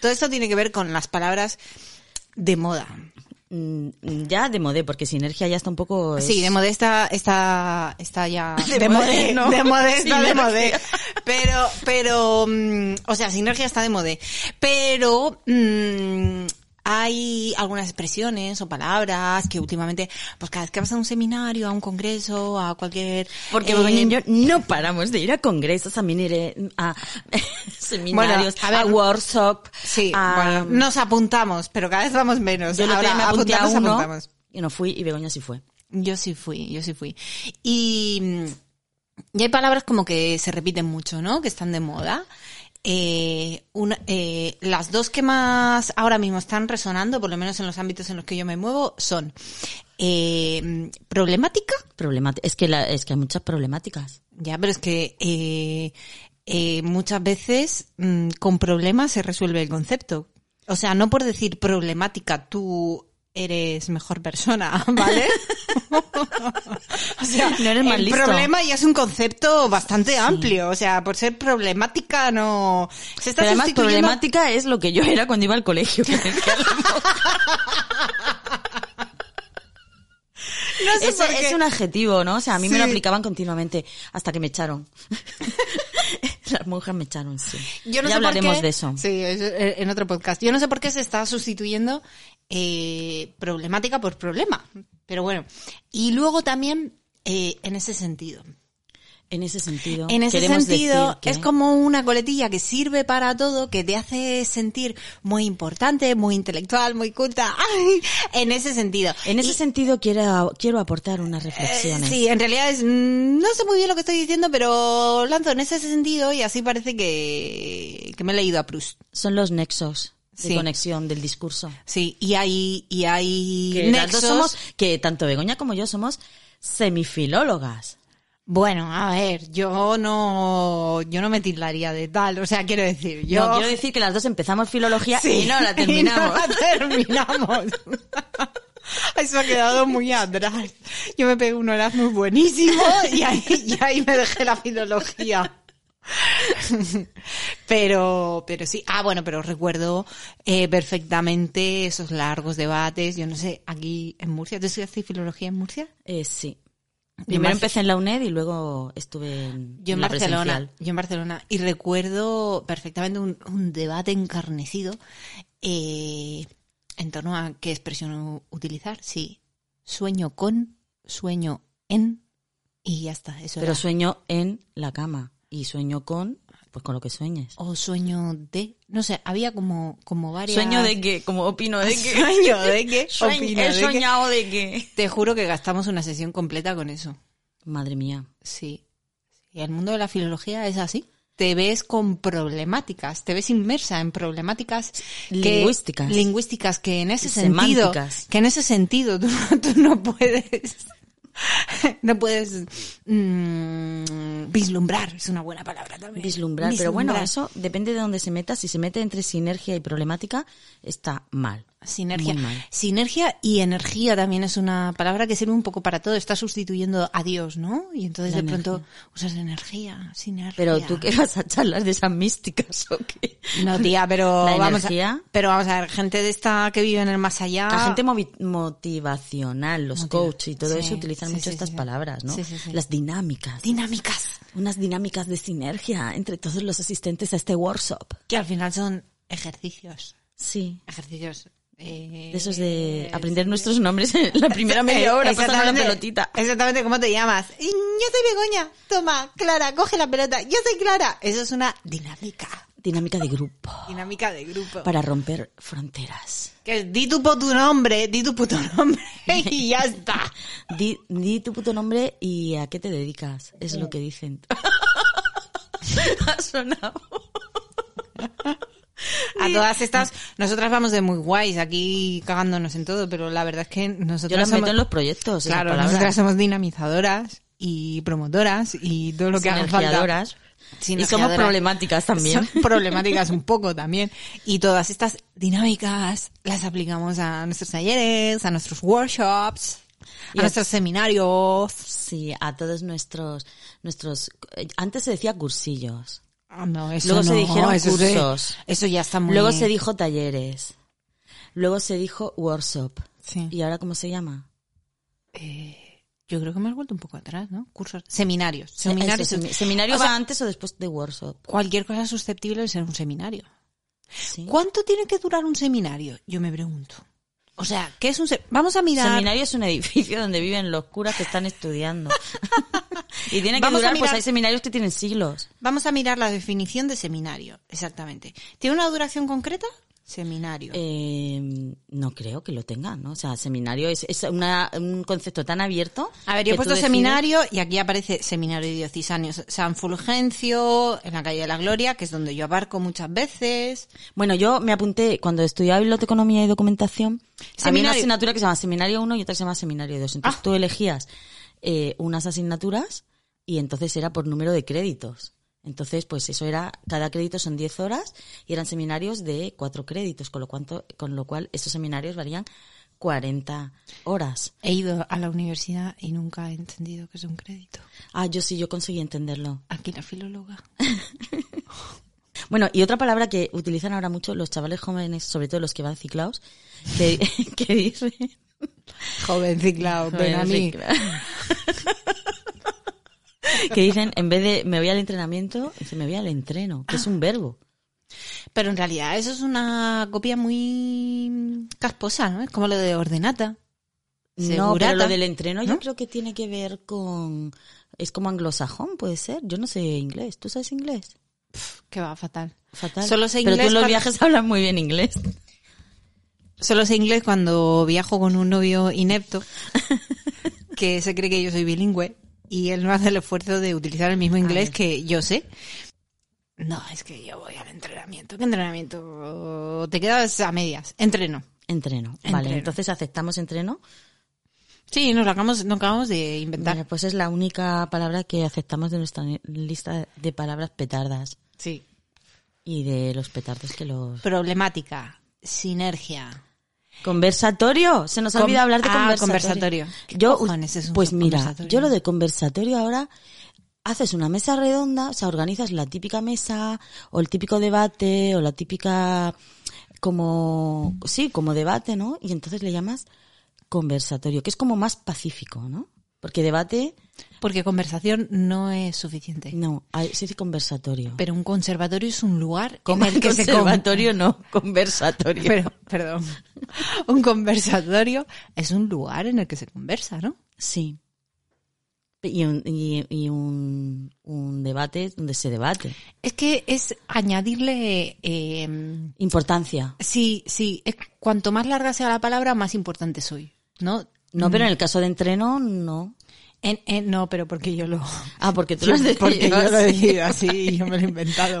B: Todo esto tiene que ver con las palabras de moda.
A: Mm, Ya de modé, porque sinergia ya está un poco... es-
B: Sí, de modesta está, está ya...
A: Pues- De
B: modé,
A: moderno.
B: De modesta, de
A: Sinergia.
B: modé. Pero, pero, mm, o sea, sinergia está de modé. Pero, mm, hay algunas expresiones o palabras que últimamente, pues cada vez que vas a un seminario, a un congreso, a cualquier...
A: Porque
B: eh,
A: Begoña y yo no paramos de ir a congresos, también iré a seminarios,
B: Bueno, a
A: a,
B: ver,
A: workshop.
B: Sí,
A: a-
B: bueno, nos apuntamos, pero cada vez vamos menos.
A: Ah, yo el otro
B: Ahora,
A: día me apunté a
B: apuntarnos,
A: uno
B: apuntamos.
A: y no fui y Begoña sí fue.
B: Yo sí fui, yo sí fui. Y, mm, y hay palabras como que se repiten mucho, ¿no? Que están de moda. Eh, una- eh, las dos que más ahora mismo están resonando, por lo menos en los ámbitos en los que yo me muevo, son eh, problemática.
A: Problemati- es que la- es que hay muchas problemáticas.
B: Ya, pero es que eh, eh, muchas veces mm, con problemas se resuelve el concepto. O sea, no por decir problemática, tú eres mejor persona, ¿vale? o sea,
A: No eres más
B: el
A: listo.
B: problema ya es un concepto bastante amplio. O sea, por ser problemática no... Se está
A: Pero además
B: sustituyendo-
A: problemática es lo que yo era cuando iba al colegio. que me quedaba-
B: No sé
A: es,
B: por qué.
A: es un adjetivo, ¿no? O sea, a mí me lo
B: Sí.
A: aplicaban continuamente hasta que me echaron. Las monjas me echaron, sí.
B: Yo no
A: ya
B: sé por
A: hablaremos
B: qué-
A: de eso.
B: Sí, es- eh, en otro podcast. Yo no sé por qué se está sustituyendo eh, problemática por problema. Pero bueno. Y luego también eh, en ese sentido.
A: En ese sentido.
B: En ese
A: queremos
B: sentido,
A: decir que-
B: es como una coletilla que sirve para todo, que te hace sentir muy importante, muy intelectual, muy culta. ¡Ay! En ese sentido.
A: En ese
B: Y-
A: sentido quiero, quiero aportar unas
B: Eh,
A: reflexiones.
B: Sí, en realidad es, mm, no sé muy bien lo que estoy diciendo, pero lanzo en ese sentido y así parece que, que me he leído a Proust.
A: Son los nexos de
B: Sí.
A: conexión del discurso.
B: Sí, y hay, y hay
A: Que las
B: nexos.
A: dos somos, que tanto Begoña como yo somos semifilólogas.
B: Bueno, a ver, yo no, yo no me tildaría de tal, o sea, quiero decir, yo.
A: No, quiero decir que las dos empezamos filología
B: Sí,
A: y no la
B: y no
A: terminamos.
B: la terminamos. Eso ha quedado muy atrás. Yo me pegué un Erasmus buenísimo y ahí, y ahí me dejé la filología. Pero, pero sí. Ah, bueno, pero recuerdo eh, perfectamente esos largos debates. Yo no sé, aquí en Murcia, ¿tú estudiaste filología en Murcia?
A: Eh, sí.
B: Mar-
A: Primero empecé en la UNED y luego estuve en,
B: Yo en
A: la
B: Barcelona,
A: presencial.
B: yo en Barcelona, y recuerdo perfectamente un, un debate encarnecido eh, en torno a qué expresión u- utilizar. Sí, sueño con, sueño en, y ya está. Eso
A: Pero
B: era.
A: sueño en la cama y sueño con, pues con lo que sueñes.
B: o sueño de, no sé, había como, como varias.
A: Sueño de qué, como opino de qué.
B: Sueño de qué.
A: Sueño-
B: opino
A: he
B: de qué.
A: soñado de qué.
B: Te juro que gastamos una sesión completa con eso.
A: Madre mía.
B: Sí. Y el mundo de la filología es así. Te ves con problemáticas, te ves inmersa en problemáticas que-
A: Lingüísticas.
B: lingüísticas que en ese sentido,
A: Semánticas.
B: que en ese sentido tú, no- tú no puedes, no puedes mm, vislumbrar. Es una buena palabra también.
A: Vislumbrar, pero bueno,
B: Vislumbrar.
A: eso depende de dónde se meta. Si se mete entre sinergia y problemática, está mal.
B: Sinergia.
A: Muy mal.
B: Sinergia y energía también es una palabra que sirve un poco para todo. Está sustituyendo a Dios, ¿no? Y entonces
A: La
B: de pronto
A: energía.
B: usas energía, sinergia.
A: Pero tú qué vas a charlas de esas místicas o qué?
B: No, tía, pero
A: La
B: vamos
A: energía.
B: a Pero vamos a ver, gente de esta que vive en el más allá.
A: La gente movi- motivacional, los
B: Motiva-
A: coaches y todo
B: sí,
A: eso utilizan
B: sí,
A: mucho
B: sí,
A: estas
B: sí.
A: palabras, ¿no?
B: Sí, sí, sí.
A: Las dinámicas.
B: dinámicas
A: unas dinámicas de sinergia entre todos los asistentes a este workshop.
B: que al final son ejercicios.
A: Sí.
B: Ejercicios. eh,
A: De esos de
B: eh,
A: aprender nuestros nombres en la primera media hora pasando la
B: Exactamente,
A: pelotita.
B: Exactamente, ¿cómo te llamas? "Mm, Yo soy Begoña. Toma, Clara, coge la pelota. Yo soy Clara. Eso es una dinámica.
A: Dinámica de grupo.
B: Dinámica de grupo.
A: Para romper fronteras.
B: Que es, di tu, po- tu nombre, di tu puto nombre y ya está.
A: Di, di tu puto nombre y a qué te dedicas. Es lo que dicen. ha sonado.
B: A todas estas, nosotras vamos de muy guays aquí cagándonos en todo, pero la verdad es que nosotras
A: Yo las
B: somos,
A: meto en los proyectos. esas
B: claro,
A: palabras.
B: nosotras somos dinamizadoras y promotoras y todo lo que haga falta.
A: Sinergiadoras. Y somos problemáticas también.
B: Son problemáticas un poco también. Y todas estas dinámicas las aplicamos a nuestros talleres, a nuestros workshops,
A: Y a-
B: a nuestros seminarios.
A: Sí, a todos nuestros, nuestros, eh, antes se decía cursillos.
B: Ah, no, eso
A: Luego se
B: no,
A: dijeron
B: eso es de-
A: cursos.
B: eso ya está muy...
A: Luego se dijo talleres. Luego se dijo workshop.
B: Sí.
A: ¿Y ahora cómo se llama?
B: Eh, yo creo que me has vuelto un poco atrás, ¿no? Cursos, seminarios.
A: Se-
B: Seminarios.
A: eso, semi- ¿Seminario
B: O sea,
A: va antes o después de workshop?
B: cualquier cosa susceptible de ser un seminario.
A: Sí.
B: ¿Cuánto tiene que durar un seminario? Yo me pregunto. O sea, ¿qué es un se- Vamos a mirar.
A: Seminario es un edificio donde viven los curas que están estudiando. y tiene que
B: Vamos a
A: durar, pues
B: mirar-
A: hay seminarios que tienen siglos.
B: Vamos a mirar la definición de seminario, exactamente. ¿Tiene una duración concreta? Seminario.
A: Eh, no creo que lo tengan, ¿no? O sea, seminario es, es una- un concepto tan abierto.
B: a ver, yo
A: que
B: he
A: tú
B: puesto
A: decides-
B: seminario y aquí aparece seminario diocesano San Fulgencio, en la calle de la Gloria, que es donde yo abarco muchas veces.
A: Bueno, yo me apunté cuando estudiaba biblioteconomía y documentación. Había una
B: Seminario.
A: asignatura que se llama Seminario 1 y otra que se llama Seminario 2. Entonces
B: Ah.
A: tú elegías eh, unas asignaturas y entonces era por número de créditos. Entonces, pues eso era, cada crédito son 10 horas y eran seminarios de 4 créditos, con lo, cuanto, con lo cual esos seminarios varían 40 horas.
B: He ido a la universidad y nunca he entendido que es un crédito.
A: Ah, yo sí, yo conseguí entenderlo.
B: Aquí la filóloga.
A: Bueno, y otra palabra que utilizan ahora mucho los chavales jóvenes, sobre todo los que van ciclados, que, que dicen...
B: Joven ciclado,
A: Joder, sí, claro. que dicen, en vez de me voy al entrenamiento, dice me voy al entreno, que es un verbo.
B: Pero en realidad eso es una copia muy casposa, ¿no? Es como lo de ordenata.
A: No, pero lo
B: Segurata.
A: del entreno yo
B: ¿No?
A: creo que tiene que ver con... Es como anglosajón, puede ser. Yo no sé inglés. ¿Tú sabes inglés?
B: Que va fatal.
A: Fatal.
B: Solo sé
A: Pero tú
B: inglés
A: en los
B: cuando-
A: viajes hablas muy bien inglés.
B: Solo sé inglés cuando viajo con un novio inepto que se cree que yo soy bilingüe y él no hace el esfuerzo de utilizar el mismo inglés
A: ver.
B: que yo sé. No, es que yo voy al entrenamiento. ¿Qué entrenamiento? Te quedas a medias. Entreno.
A: Entreno. Vale,
B: Entreno.
A: entonces aceptamos entreno.
B: Sí, nos lo acabamos, nos acabamos de inventar.
A: Vale, pues es la única palabra que aceptamos de nuestra lista de palabras petardas.
B: Sí.
A: Y de los petardos que los...
B: Problemática. Sinergia.
A: Conversatorio. Se nos
B: Com-
A: olvida hablar de
B: Ah,
A: conversatorio.
B: conversatorio. ¿Qué
A: Yo,
B: cojones es un
A: pues mira,
B: conversatorio?
A: yo lo de conversatorio ahora haces una mesa redonda, o sea, organizas la típica mesa o el típico debate o la típica como sí, como debate, ¿no? Y entonces le llamas conversatorio, que es como más pacífico, ¿no? Porque debate
B: Porque conversación no es suficiente.
A: no, hay- se dice conversatorio.
B: Pero un conservatorio es un lugar
A: Como
B: en el que se con-
A: conservatorio no, conversatorio.
B: Pero, perdón. Un conversatorio es un lugar en el que se conversa, ¿no?
A: Sí. Y un, y, y un, un debate donde se debate.
B: Es que es añadirle. eh,
A: Importancia.
B: sí, sí. es- cuanto más larga sea la palabra, más importante soy, ¿no?
A: No, pero en el caso de entreno, no.
B: En- en- no, pero porque yo lo.
A: Ah, porque tú lo has
B: porque yo lo he
A: decidido.
B: decidido así y yo me lo he inventado.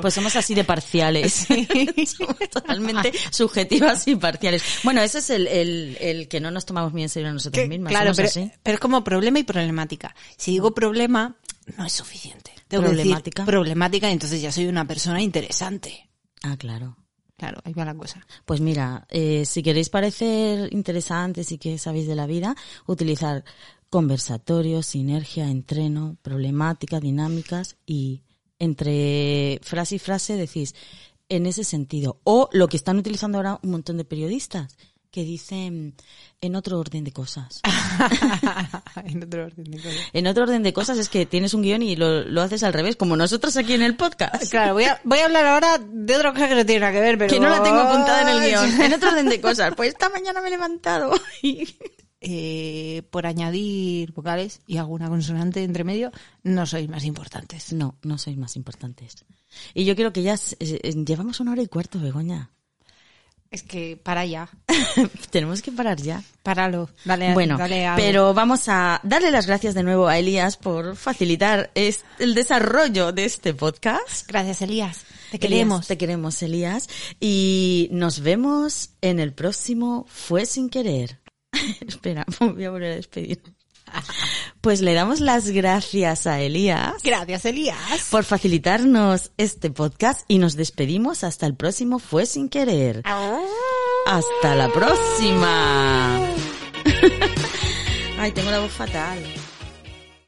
A: Pues somos así de parciales. Somos totalmente subjetivas y parciales. Bueno, ese es el, el, el que no nos tomamos muy en serio nosotros
B: Que-
A: mismas.
B: claro,
A: somos
B: pero,
A: así.
B: pero es como problema y problemática. Si digo problema, no es suficiente. Tengo que decir
A: Problemática.
B: problemática, entonces ya soy una persona interesante.
A: Ah, claro.
B: Claro, ahí va la cosa.
A: Pues mira, eh, si queréis parecer interesantes y que sabéis de la vida, utilizar conversatorio, sinergia, entreno, problemática, dinámicas y entre frase y frase decís en ese sentido. O lo que están utilizando ahora un montón de periodistas que dicen en otro orden de cosas.
B: en otro orden de cosas.
A: En otro orden de cosas es que tienes un guión y lo, lo haces al revés, como nosotros aquí en el podcast.
B: Claro, voy a, voy a hablar ahora de otra cosa que no tiene nada que ver, pero...
A: Que no la tengo apuntada en el guión. En otro orden de cosas. Pues esta mañana me he levantado y
B: Eh, por añadir vocales y alguna consonante entre medio, no sois más importantes.
A: No, no sois más importantes. Y yo creo que ya s- eh, eh, llevamos una hora y cuarto, Begoña.
B: Es que para ya,
A: Tenemos que parar ya.
B: páralo, dale, a-
A: bueno,
B: Eh, dale algo.
A: pero vamos a darle las gracias de nuevo a Elías por facilitar es- el desarrollo de este podcast.
B: Gracias, Elías. Te
A: Elías,
B: queremos.
A: te queremos, Elías. Y nos vemos en el próximo Fue sin querer. Espera, voy a volver a despedir. Pues le damos las gracias a Elías.
B: Gracias, Elías.
A: por facilitarnos este podcast y nos despedimos hasta el próximo Fue sin querer.
B: 哦
A: Hasta la próxima. Ay, tengo la voz fatal.